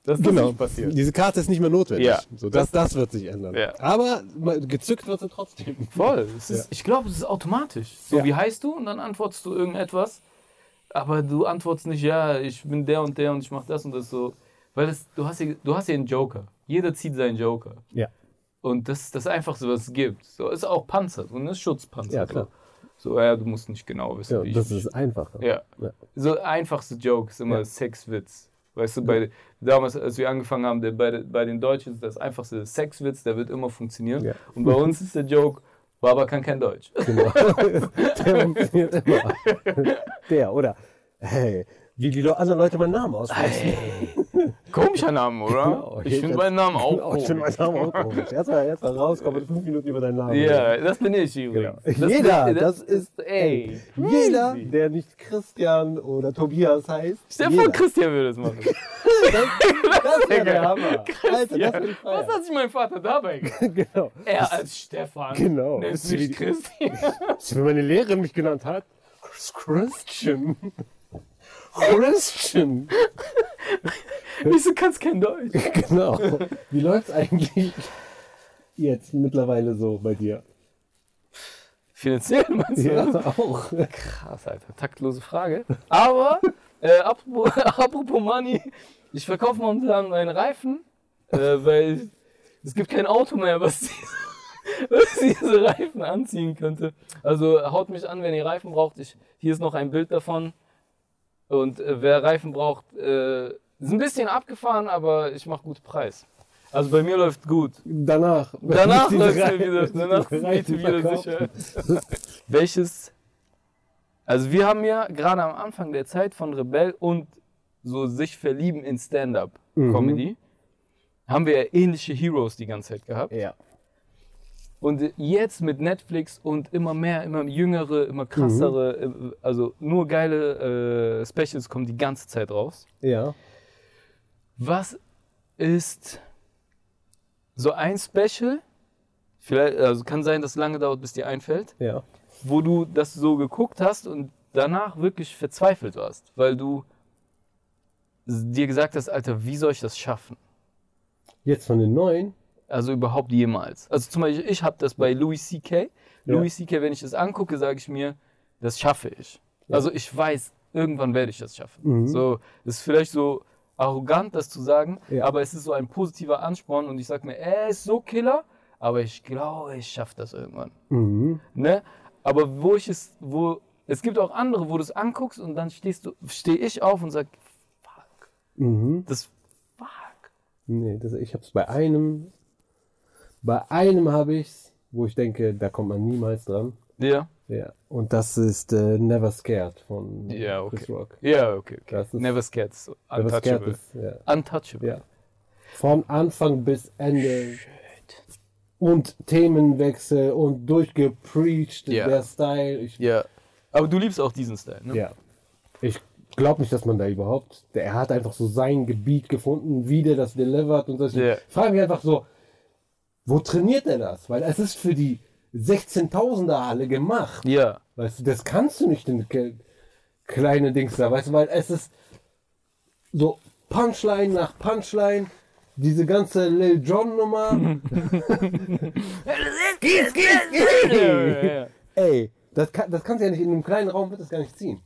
A: dass das nicht passiert.
C: Genau. Diese Karte ist nicht mehr notwendig.
A: Ja.
C: So, das, das wird sich ändern.
A: Ja.
C: Aber mal- gezückt wird sie trotzdem.
A: Voll. Es ist, Ich glaube, es ist automatisch. So,
C: Ja.
A: wie heißt du? Und dann antwortest du irgendetwas. Aber du antwortest nicht, ja, ich bin der und der und ich mache das und das so. Weil das, du, hast hier, du hast hier einen Joker. Jeder zieht seinen Joker.
C: Ja.
A: Und das ist das Einfachste, was es gibt. So ist auch Panzer und ist Schutzpanzer.
C: Ja, klar.
A: So, so ja, du musst nicht genau wissen, wie ich
C: das ist einfacher.
A: ja.
C: Ja.
A: So einfachste Joke ist immer
C: Ja.
A: Sexwitz. Weißt du, bei, damals, als wir angefangen haben, der, bei, bei den Deutschen ist das einfachste Sexwitz, der wird immer funktionieren.
C: Ja.
A: Und bei uns ist der Joke, Baba kann kein Deutsch.
C: Genau. der funktioniert immer. Der, oder? Hey, wie die Le anderen Leute meinen Namen aussprechen.
A: Komischer Name, oder?
C: Genau.
A: ich finde meinen Namen auch
C: Genau, ich finde meinen Namen auch komisch. Erstmal erst mal rauskommen und fünf Minuten über deinen Namen. reden.
A: Ja, das bin ich übrigens. Das
C: Jeder,
A: bin-
C: das ist,
A: ey.
C: Jeder, der nicht Christian oder Tobias heißt.
A: Stell dir
C: jeder.
A: vor, Christian würde das machen.
C: Das wäre der Hammer. Alter, das würde ich
A: Was
C: feiern.
A: hat sich mein Vater dabei gedacht?
C: Genau.
A: Er als Stefan.
C: Genau.
A: Nennt
C: Ist wie
A: sich
C: die-
A: Christian.
C: Wenn meine Lehrerin mich genannt hat, Chris- Christian. Christian.
A: Wieso kannst kein Deutsch?
C: Genau. Wie läuft's eigentlich jetzt mittlerweile so bei dir?
A: Finanziell meinst du?
C: Ja,
A: das?
C: auch.
A: Krass, Alter. Taktlose Frage. Aber, äh, apropos, apropos Money, ich verkaufe momentan meinen Reifen, äh, weil es gibt kein Auto mehr, was, diese, was diese Reifen anziehen könnte. Also haut mich an, wenn ihr Reifen braucht. Ich, hier ist noch ein Bild davon. Und äh, wer Reifen braucht, äh, ist ein bisschen abgefahren, aber ich mache guten Preis. Also bei mir läuft gut.
C: Danach.
A: Danach
C: Diese
A: läuft
C: Reihe-
A: mir wieder, danach
C: diese
A: ist
C: Reihe,
A: mir
C: die
A: wieder
C: verkauft.
A: sicher. Welches? Also wir haben ja gerade am Anfang der Zeit von Rebell und so sich verlieben in Stand-up
C: Mhm.
A: Comedy haben wir ja ähnliche Heroes die ganze Zeit gehabt.
C: Ja.
A: Und jetzt mit Netflix und immer mehr, immer jüngere,
C: Mhm.
A: immer krassere, äh, also nur geile äh, Specials kommen die ganze Zeit raus.
C: Ja.
A: Was ist so ein Special? Vielleicht, also kann sein, dass es lange dauert, bis dir einfällt,
C: Ja.
A: wo du das so geguckt hast und danach wirklich verzweifelt warst, weil du dir gesagt hast, Alter, wie soll ich das schaffen?
C: Jetzt von den neuen.
A: Also überhaupt jemals. Also zum Beispiel, ich habe das bei Louis C.K. Louis C.K., wenn ich das angucke, sage ich mir, das schaffe ich. Also ich weiß, irgendwann werde ich das schaffen. So, das ist vielleicht so arrogant, das zu sagen,
C: Ja.
A: aber es ist so ein positiver Ansporn und ich sage mir, er ist so Killer, aber ich glaube, ich schaffe das irgendwann.
C: Mhm.
A: Ne? Aber wo ich es, wo, es gibt auch andere, wo du es anguckst und dann stehst du, stehe ich auf und sage, fuck,
C: Mhm.
A: das, fuck.
C: Nee, das, ich hab's bei einem. Bei einem habe ich's, wo ich denke, da kommt man niemals dran.
A: Ja,
C: Ja. Und das ist äh, Never Scared von
A: Ja, okay.
C: Chris Rock.
A: ja, okay. okay.
C: Das ist-
A: Never scared, so
C: Never Scared
A: untouchable.
C: ist, ja.
A: Untouchable.
C: Ja. Von Anfang bis Ende. Und Themenwechsel und durchgepreacht
A: Ja.
C: der Style. Ich,
A: Ja. Aber du liebst auch diesen Style, ne?
C: ja. Ich glaube nicht, dass man da überhaupt. Der, er hat einfach so sein Gebiet gefunden, wie der das delivert und so.
A: Ja.
C: Ich frage mich einfach so, wo trainiert er das? Weil es ist für die 16.000er Halle gemacht.
A: Ja.
C: Weißt du, das kannst du nicht in ke- kleine Dings da, weißt du, weil es ist so Punchline nach Punchline, diese ganze Lil Jon Nummer. Gieß, gieß, gieß. Ey, das, kann, das kannst du ja nicht in einem kleinen Raum wird das gar nicht ziehen.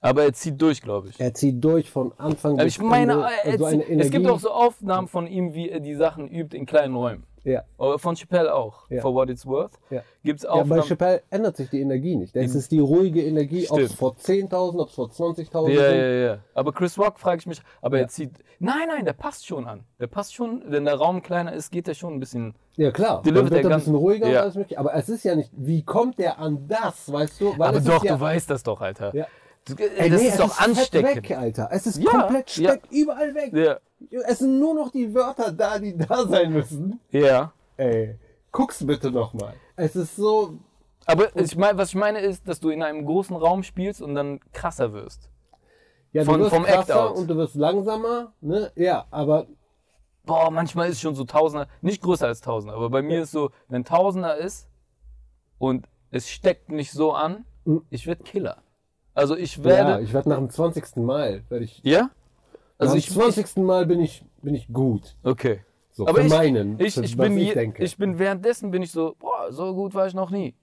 A: Aber er zieht durch, glaube ich.
C: Er zieht durch von Anfang
A: Aber
C: bis
A: ich meine,
C: Ende,
A: er
C: so eine
A: zieht, es gibt
C: Energie.
A: auch so Aufnahmen von ihm, wie er die Sachen übt in kleinen Räumen.
C: Ja,
A: Oder von Chappelle auch,
C: Ja.
A: for what it's worth.
C: ja.
A: Gibt es
C: ja bei
A: Aufnahmen.
C: Chappelle ändert sich die Energie nicht. Es ist die ruhige Energie, ob es
A: Stimmt.
C: vor 10.000, ob es vor 20.000
A: ja,
C: sind.
A: ja, ja. Aber Chris Rock frage ich mich, aber
C: Ja.
A: er zieht. Nein, nein, der passt schon an. Der passt schon, wenn der Raum kleiner ist, geht der schon ein bisschen.
C: Ja, klar.
A: Die
C: Dann
A: Leute,
C: wird
A: der
C: er ein bisschen
A: ganz-
C: ruhiger und
A: ja.
C: alles mögliche. Aber es ist ja nicht, wie kommt der an das, weißt du? Weil
A: aber
C: es
A: doch,
C: ist ja,
A: du weißt das doch, Alter.
C: Ja.
A: Du-
C: Ey,
A: das
C: nee,
A: ist
C: es
A: doch
C: fett
A: ansteckend.
C: Weg, Alter. Es ist
A: Ja,
C: komplett
A: ja.
C: steckt überall weg.
A: Ja.
C: Es sind nur noch die Wörter da, die da sein müssen.
A: Ja.
C: Ey, guck's bitte nochmal. Es ist so.
A: Aber ich mein, was ich meine ist, dass du in einem großen Raum spielst und dann krasser wirst.
C: Ja,
A: Von-
C: du wirst
A: vom Act
C: krasser
A: out.
C: und du wirst langsamer, ne? Ja, aber
A: Boah, manchmal ist schon so Tausender, nicht größer als Tausender, aber bei mir ist so, wenn Tausender ist und es steckt mich so an, ich werde Killer. Also ich
C: Hm. ja,
A: werde.
C: ich werde nach dem 20. Mal, werde ich.
A: Ja? Also
C: nach
A: ich,
C: dem 20. Mal bin ich, bin ich gut.
A: Okay.
C: So,
A: Aber
C: für
A: ich,
C: meinen,
A: ich,
C: für
A: ich,
C: was
A: bin
C: ich
A: je-
C: denke.
A: ich bin währenddessen bin ich so, boah, so gut war ich noch nie.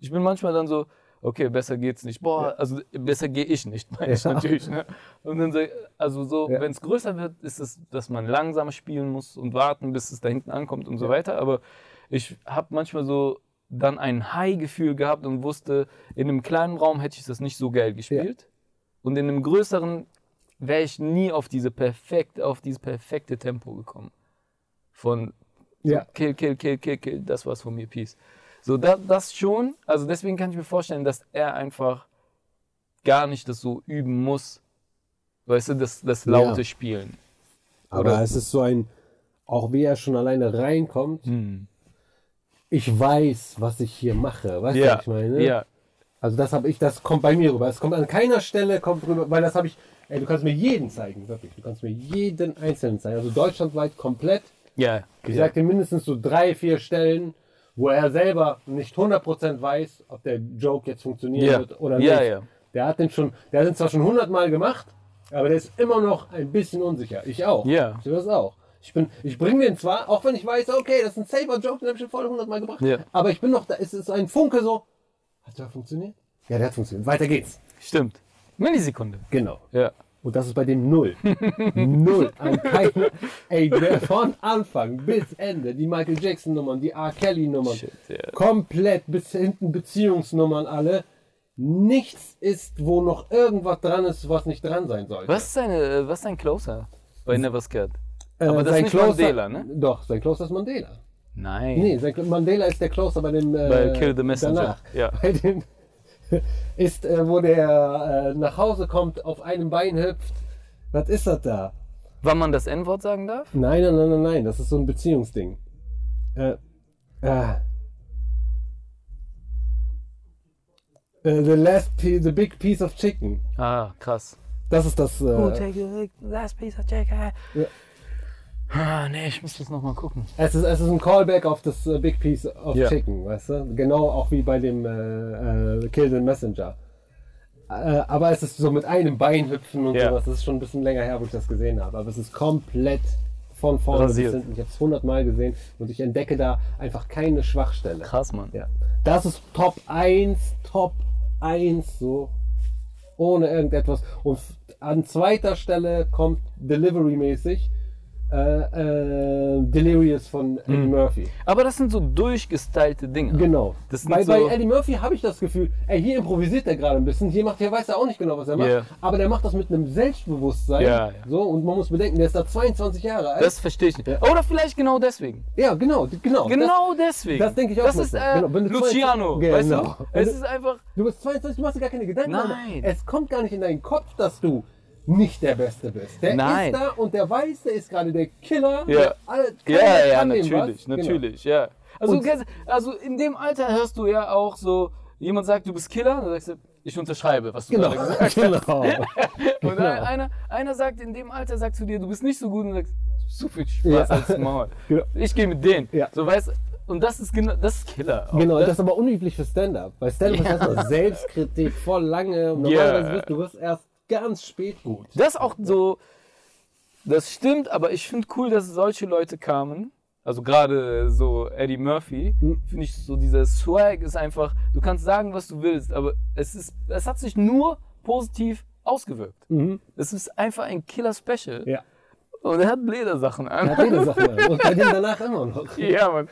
A: Ich bin manchmal dann so, okay, besser geht's nicht. Boah, also besser gehe ich nicht, meine ich
C: Ja.
A: natürlich. Ne? Und dann so, also so,
C: Ja.
A: wenn es größer wird, ist es, dass man langsam spielen muss und warten, bis es da hinten ankommt und so weiter. Aber ich habe manchmal so dann ein High-Gefühl gehabt und wusste, in einem kleinen Raum hätte ich das nicht so geil gespielt. Und in einem größeren wäre ich nie auf diese perfekt, auf dieses perfekte Tempo gekommen. Von
C: ja.
A: kill, kill, kill, kill, kill, das war's von mir, peace. So, da, das schon, also deswegen kann ich mir vorstellen, dass er einfach gar nicht das so üben muss. Weißt du, das, das laute
C: Ja.
A: Spielen.
C: Aber
A: Oder-
C: es ist so ein, auch wie er schon alleine reinkommt,
A: Hm.
C: ich weiß, was ich hier mache. Weißt du,
A: Ja,
C: was ich meine?
A: ja,
C: Also das habe ich, das kommt bei mir rüber. Es kommt an keiner Stelle, kommt rüber, weil das habe ich, ey, du kannst mir jeden zeigen, wirklich. Du kannst mir jeden einzelnen zeigen. Also deutschlandweit komplett.
A: ja.
C: Ich
A: ja.
C: sag dir mindestens so drei, vier Stellen, wo er selber nicht 100% weiß, ob der Joke jetzt funktionieren
A: Ja.
C: wird oder
A: Ja,
C: nicht.
A: ja.
C: Der hat den schon, der hat den zwar schon 100 Mal gemacht, aber der ist immer noch ein bisschen unsicher. Ich auch.
A: Ja.
C: Ich das auch. Ich bin, ich bringe den zwar, auch wenn ich weiß, okay, das ist ein safer Joke, den habe ich schon voll 100 Mal gebracht,
A: Ja.
C: aber ich bin noch da, es ist ein Funke so. Hat der funktioniert? Ja, der hat funktioniert. Weiter geht's.
A: Stimmt. Millisekunde.
C: Genau.
A: Ja.
C: Und das ist bei dem null. null. An keine, ey, der von Anfang bis Ende, die Michael Jackson Nummern, die R. Kelly Nummern,
A: Shit, ja.
C: komplett bis hinten Beziehungsnummern alle. nichts ist, wo noch irgendwas dran ist, was nicht dran sein sollte.
A: Was ist seine, äh, was ist sein Closer bei
C: Hm.
A: Never Scared?
C: Äh,
A: Aber das ist
C: sein
A: nicht
C: Closer-
A: Mandela, ne?
C: Doch, sein Closer ist Mandela.
A: Nein.
C: Nee, sein, Mandela ist der Closer bei dem. Äh,
A: Bei Kill the Messenger.
C: Danach.
A: Ja.
C: Bei dem ist, äh, wo der äh, nach Hause kommt, auf einem Bein hüpft. Was ist das da?
A: Wann man das N-Wort sagen darf?
C: Nein, nein, nein, nein, nein, das ist so ein Beziehungsding. Äh, ah. Äh, the last piece, the big piece of chicken.
A: Ah, krass.
C: Das ist das. Äh,
A: take a last piece of check.
C: Ja.
A: Ah, nee, ich muss das nochmal gucken.
C: es, ist, es ist ein Callback auf das äh, Big Piece of
A: Ja.
C: Chicken, weißt du? Genau auch wie bei dem äh, äh, Kill the Messenger. Äh, aber es ist so mit einem Bein hüpfen und
A: Ja.
C: sowas. Das ist schon ein bisschen länger her, wo ich das gesehen habe. Aber es ist komplett von vorne
A: Rasiert.
C: bis hinten. Ich habe es hundertmal gesehen und ich entdecke da einfach keine Schwachstelle.
A: Krass, Mann.
C: Ja. Das ist Top 1, Top 1, so. Ohne irgendetwas. Und f- an zweiter Stelle kommt Delivery-mäßig äh, äh, Delirious von Eddie
A: Hm.
C: Murphy.
A: Aber das sind so durchgestylte Dinge.
C: Genau.
A: Das sind
C: bei,
A: so-
C: bei Eddie Murphy habe ich das Gefühl, ey, hier improvisiert er gerade ein bisschen. Hier macht er, weiß er auch nicht genau, was er macht.
A: Ja.
C: Aber der macht das mit einem Selbstbewusstsein.
A: Ja, ja.
C: So, und man muss bedenken, der ist da 22 Jahre alt.
A: Das verstehe ich nicht.
C: Ja.
A: Oder vielleicht genau deswegen.
C: ja, genau, genau. Das,
A: Genau deswegen.
C: das denke ich auch
A: Das ist
C: manchmal.
A: äh,
C: Genau, wenn du
A: Luciano.
C: zwei-
A: Weißt
C: Genau.
A: du? Es ist einfach.
C: Du bist 22, du machst dir gar keine Gedanken.
A: Nein.
C: Es kommt gar nicht in deinen Kopf, dass du nicht der Beste bist. Der
A: Nein.
C: ist da und der weiß, der ist gerade der Killer.
A: Ja.
C: Alle- keiner
A: Ja, ja,
C: kann dem
A: natürlich,
C: was. Genau.
A: natürlich, ja. Also,
C: Und-
A: du kennst- also in dem Alter hörst du ja auch so, jemand sagt, du bist Killer, dann sagst du, ich unterschreibe, was du
C: Genau.
A: gerade gesagt
C: genau.
A: hast. Und
C: Genau.
A: einer, einer sagt, in dem Alter sagt zu dir, du bist nicht so gut und sagst, so viel Spaß
C: Ja.
A: als Maul.
C: Genau.
A: Ich gehe mit denen.
C: Ja.
A: So weißt und das ist genau, das ist Killer. Auch.
C: Genau, das ist aber unüblich für Stand-up. Bei Stand-up ist erstmal Selbstkritik voll lange. Und
A: Ja.
C: normalerweise wirst du wirst erst ganz spät gut.
A: Das auch so, das stimmt, aber ich finde cool, dass solche Leute kamen. Also gerade so Eddie Murphy,
C: Hm.
A: finde ich so dieser Swag ist einfach, du kannst sagen, was du willst, aber es ist, es hat sich nur positiv ausgewirkt. Es ist einfach ein Killer-Special.
C: Ja.
A: Und er hat Ledersachen
C: Er
A: an.
C: hat jede Sache. Und bei dem danach immer noch.
A: Ja, Mann.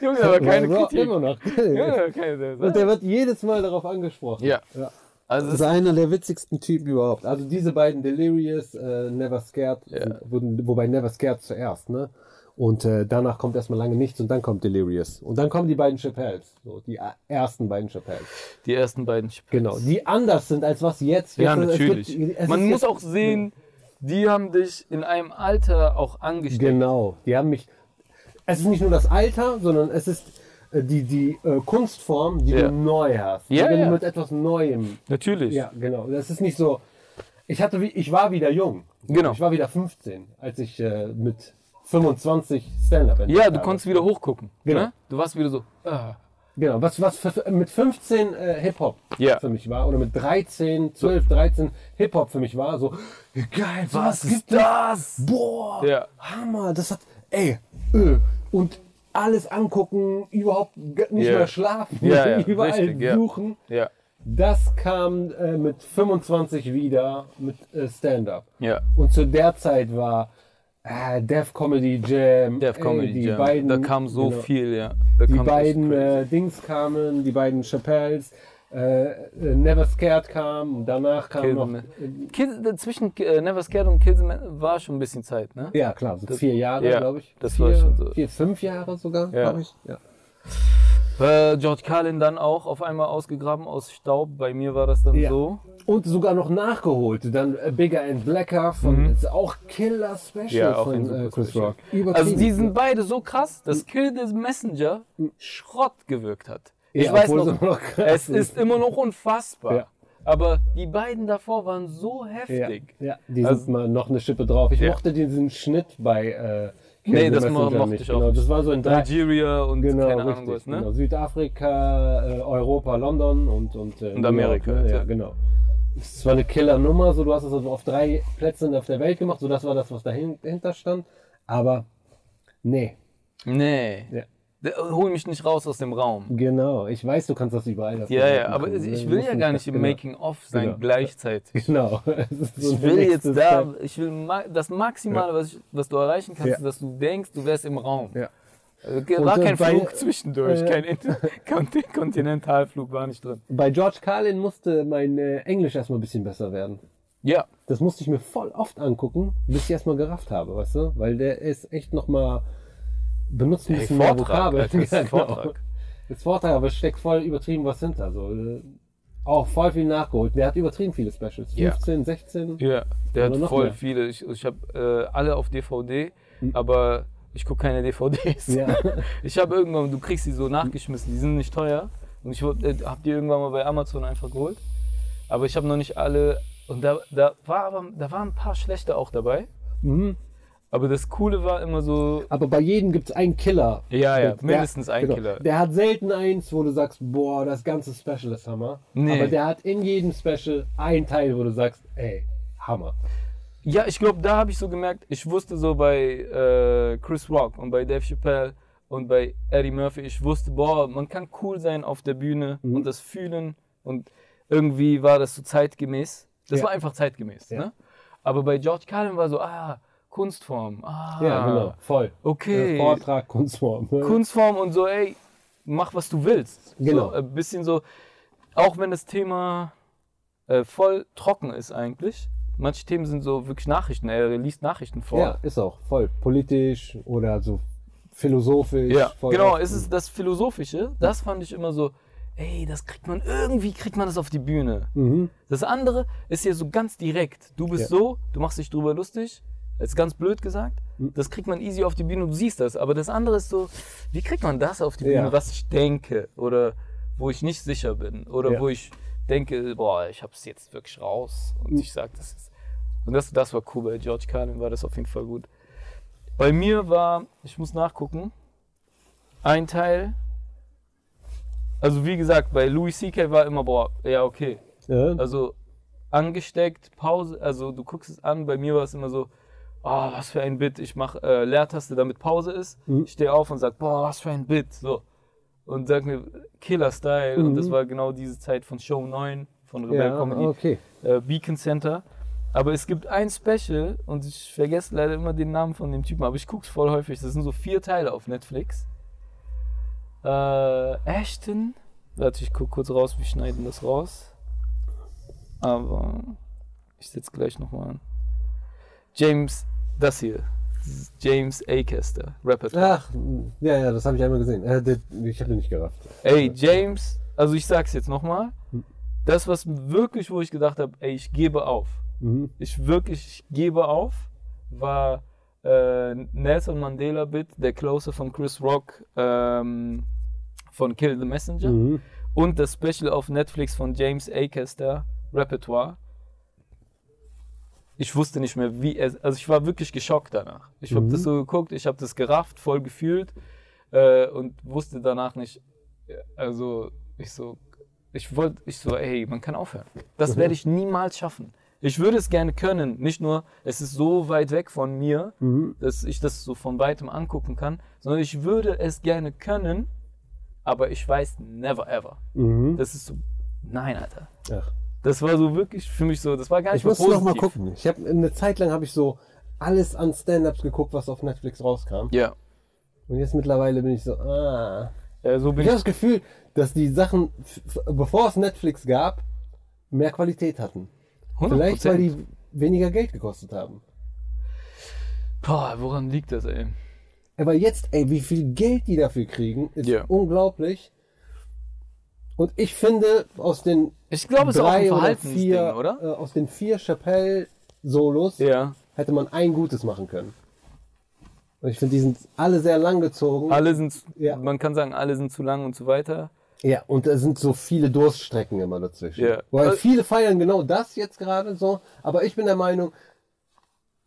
A: Junge, aber keine
C: Ja,
A: Kritik.
C: Immer noch.
A: Junge, keine
C: Und der wird jedes Mal darauf angesprochen.
A: Ja.
C: ja.
A: Also,
D: Das
A: es
D: ist einer der witzigsten Typen überhaupt.
C: Also diese beiden Delirious, äh, Never Scared,
A: Ja.
C: wurden, wobei Never Scared zuerst, ne? Und äh, danach kommt erstmal lange nichts und dann kommt Delirious. Und dann kommen die beiden Chappelles, so die a- ersten beiden Chappelles.
A: die ersten beiden Spiele.
C: Genau, die anders sind als was jetzt.
A: Ja,
C: jetzt es
A: natürlich.
C: gibt- es
A: Man
C: ist
A: muss
C: jetzt-
A: auch sehen, die haben dich in einem Alter auch angesteckt.
C: Genau, die haben mich. Es ist nicht nur das Alter, sondern es ist äh, die, die äh, Kunstform, die
A: Ja.
C: du neu hast.
A: Ja,
C: Wenn
A: ja.
C: du mit etwas Neuem
A: Natürlich.
C: Ja, genau. Das ist nicht so. Ich hatte, wie- ich war wieder jung.
A: Genau.
C: Ich war wieder 15, als ich äh, mit 25 Stand-up entdeckt
A: Ja, du
C: habe.
A: konntest wieder hochgucken.
C: Genau.
A: Ne? Du warst wieder so. Ah.
C: Genau. Was, was für, mit 15 äh, Hip Hop
A: Ja.
C: für mich war oder mit 13, 12, 13 Hip Hop für mich war so geil. sowas gibt es?
A: das?
C: Boah,
A: Ja.
C: Hammer. Das hat, ey, öh. und alles angucken, überhaupt g- nicht
A: Ja.
C: mehr schlafen,
A: Ja, ja,
C: überall
A: richtig, ja.
C: suchen.
A: Ja.
C: Das kam äh, mit 25 wieder mit äh, Stand-up.
A: Ja.
C: Und zu der Zeit war äh, Def Comedy Jam.
A: Death
C: ey,
A: Comedy
C: die
A: Jam.
C: Beiden,
A: da kam so
C: genau,
A: viel, ja. Da
C: Die
A: kam echt
C: beiden
A: crazy.
C: äh, Dings kamen, die beiden Chappelles. Äh, äh, Never Scared kam, danach kam
A: Kill the
C: noch.
A: Man. Kill, da- zwischen äh, Never Scared und Kill the Man war schon ein bisschen Zeit, ne?
C: Ja, klar, so vier Jahre,
A: ja,
C: glaube ich.
A: das
C: vier,
A: war schon so.
C: Vier, fünf Jahre sogar,
A: Ja.
C: glaube ich. Ja.
A: Äh, George Carlin dann auch auf einmal ausgegraben aus Staub. Bei mir war das dann
C: Ja.
A: so.
C: Und sogar noch nachgeholt. Dann äh, Bigger and Blacker von ist auch Killer Special
A: Mhm. Ja, auch ein
C: von
A: super
C: äh, Chris
A: Special.
C: Rock. Übertrieben. Mhm.
A: Also die sind beide so krass, dass Kill the Messenger Schrott gewirkt hat. Ich
C: Ja,
A: weiß
C: obwohl es
A: noch,
C: immer noch krass
A: es ist immer noch unfassbar.
C: Ja.
A: Aber die beiden davor waren so
C: Ja,
A: heftig.
C: ja, die
A: Also-
C: sind mal noch eine Schippe drauf. Ich
A: Ja.
C: mochte diesen Schnitt bei äh, Kill
A: Nee,
C: the
A: das mo-
C: Messenger
A: mochte
C: nicht.
A: ich auch
C: Genau,
A: nicht.
C: das war so in drei.
A: Nigeria und
C: Genau,
A: keine
C: richtig,
A: Ahnung was, ne?
C: genau. Südafrika, äh, Europa, London und und, äh, New York,
A: Amerika,
C: ne?
A: ja.
C: Ja, genau. Es war eine Killer-Nummer. So, du hast es also auf drei Plätzen auf der Welt gemacht. So, das war das, was dahin- dahinter stand. Aber nee,
A: Nee.
C: Ja.
A: Der- Hol mich nicht raus aus dem Raum.
C: genau. Ich weiß, du kannst das überall. das
A: Ja, ja,
C: machen. ne?
A: aber
C: Du
A: ich will
C: musst
A: ja gar nicht im
C: genau.
A: Making-of sein
C: Genau.
A: gleichzeitig.
C: Genau. Es ist so
A: Ich
C: eine
A: will jetzt
C: nächste Step.
A: da, ich will ma das Maximale, was, ich, was du erreichen kannst,
C: Ja.
A: ist, dass du denkst, du wärst im Raum.
C: Ja.
A: Also, war
C: Und, äh,
A: kein
C: bei-
A: Flug zwischendurch, kein Inter Konti- Kontinentalflug war nicht drin.
C: Bei George Carlin musste mein äh, Englisch erstmal ein bisschen besser werden.
A: Ja,
C: Das musste ich mir voll oft angucken, bis ich erstmal gerafft habe, weißt du? Weil der ist echt nochmal benutzt ein
A: Ey,
C: bisschen mehr
A: Vortrag,
C: Vokabel.
A: Alter, das ist ein
C: Ja, genau.
A: Vortrag.
C: Das Vortrag, aber es steckt voll übertrieben was hinter. So. Äh, Auch voll viel nachgeholt. Der hat übertrieben viele Specials.
A: Ja.
C: 15, 16.
A: ja, der
C: Oder
A: hat
C: noch
A: voll
C: mehr. Hm.
A: viele. Ich, ich habe äh, alle auf DVD, aber ich gucke keine DVDs.
C: Ja.
A: Ich habe irgendwann, du kriegst die so nachgeschmissen, die sind nicht teuer. Und ich hab- äh, hab die irgendwann mal bei Amazon einfach geholt. Aber ich habe noch nicht alle. Und da, da, war aber, da waren ein paar schlechte auch dabei.
C: Mhm.
A: Aber das Coole war immer so.
C: Aber bei jedem gibt es einen Killer.
A: Ja, ja,
C: Der-
A: mindestens ein
C: genau.
A: Killer.
C: Der hat selten eins, wo du sagst, boah, das ganze Special ist Hammer.
A: Nee.
C: Aber der hat in jedem Special einen Teil, wo du sagst, ey, Hammer.
A: Ja, ich glaube, da habe ich so gemerkt, ich wusste so bei äh, Chris Rock und bei Dave Chappelle und bei Eddie Murphy, ich wusste, boah, man kann cool sein auf der Bühne
C: Mhm.
A: und das fühlen und irgendwie war das so zeitgemäß. Das
C: Ja.
A: war einfach zeitgemäß.
C: Ja.
A: Ne? Aber bei George Carlin war so, ah, Kunstform, ah,
C: Ja, genau. Voll.
A: okay,
C: Äh, Vortrag, Kunstform. ne?
A: Äh, Kunstform und so, ey, mach was du willst.
C: Genau.
A: So, ein bisschen so, auch wenn das Thema äh, voll trocken ist eigentlich. Manche Themen sind so wirklich Nachrichten, er liest Nachrichten vor.
C: Ja, ist auch voll politisch oder so philosophisch.
A: Ja,
C: voll
A: genau,
C: offen.
A: es ist das Philosophische, das fand ich immer so, ey, das kriegt man, irgendwie kriegt man das auf die Bühne.
C: Mhm.
A: Das andere ist hier so ganz direkt. Du bist
C: Ja.
A: so, du machst dich drüber lustig, ist ganz blöd gesagt.
C: Mhm.
A: Das kriegt man easy auf die Bühne, du siehst das. Aber das andere ist so, wie kriegt man das auf die Bühne,
C: Ja.
A: was ich denke oder wo ich nicht sicher bin oder
C: Ja.
A: wo ich denke, boah, ich hab's jetzt wirklich raus und ich sag das jetzt. Und das, das war cool, bei George Carlin war das auf jeden Fall gut. Bei mir war, ich muss nachgucken, ein Teil, also wie gesagt, bei Louis C.K. war immer, boah, ja, okay,
C: Ja.
A: also angesteckt, Pause, also du guckst es an, bei mir war es immer so, ah, was für ein Bit, ich mache äh, Leertaste, damit Pause ist,
C: Mhm.
A: ich stehe auf und sag, boah, was für ein Bit, so. Und sag mir, Killer-Style, und das war genau diese Zeit von Show 9, von Rebel
C: Mhm. ja,
A: Comedy,
C: okay.
A: äh, Beacon Center. Aber es gibt ein Special, und ich vergesse leider immer den Namen von dem Typen, aber ich guck's voll häufig, das sind so vier Teile auf Netflix. Äh, Ashton, warte, ich guck kurz raus, wir schneiden das raus. Aber ich setze gleich nochmal an. James, das hier. Das ist James Acaster, Rapper.
C: Ach, ja, ja, das habe ich einmal gesehen. Äh, der- ich habe den nicht gerafft.
A: Ey, James, also ich sag's jetzt nochmal. Das, was wirklich, wo ich gedacht habe, ey, ich gebe auf.
C: Mhm.
A: Ich wirklich gebe auf, war äh, Nelson Mandela Bit, der Closer von Chris Rock ähm, von Kill the Messenger
C: Mhm.
A: und das Special auf Netflix von James Acaster, Repertoire. Ich wusste nicht mehr, wie es. Also, ich war wirklich geschockt danach. Ich habe das so geguckt, ich habe das gerafft, voll gefühlt äh, und wusste danach nicht. ja, Also, ich so, ich wollte, ich so, ey, man kann aufhören. Das werde ich niemals schaffen. Ich würde es gerne können, nicht nur, es ist so weit weg von mir,
C: mhm,
A: dass ich das so von weitem angucken kann, sondern ich würde es gerne können, aber ich weiß never ever.
C: Mhm.
A: Das ist so, nein, Alter.
C: Ach.
A: Das war so wirklich für mich so, das war gar nicht
C: Ich muss
A: mal
C: noch
A: positiv.
C: mal gucken. Ich habe eine Zeit lang habe ich so alles an Stand-ups geguckt, was auf Netflix rauskam.
A: Ja,
C: Und jetzt mittlerweile bin ich so, ah.
A: äh, so bin
C: Ich habe
A: ich.
C: das Gefühl, dass die Sachen, f- f- bevor es Netflix gab, mehr Qualität hatten.
A: 100%.
C: Vielleicht, weil die weniger Geld gekostet haben.
A: Boah, woran liegt das, ey?
C: Aber jetzt, ey, wie viel Geld die dafür kriegen, ist
A: Ja.
C: unglaublich. Und ich finde, aus den
A: Ich glaube, es ist auch ein
C: drei oder
A: Verhaltensding,
C: vier,
A: oder?
C: Äh, aus den vier Chappelle-Solos
A: Ja.
C: hätte man ein gutes machen können. Und ich finde, die sind alle sehr lang gezogen.
A: Alle sind,
C: Ja.
A: man kann sagen, alle sind zu lang und so weiter.
C: Ja, und da sind so viele Durststrecken immer dazwischen.
A: Ja.
C: Weil
A: Also-
C: viele feiern genau das jetzt gerade so, aber ich bin der Meinung,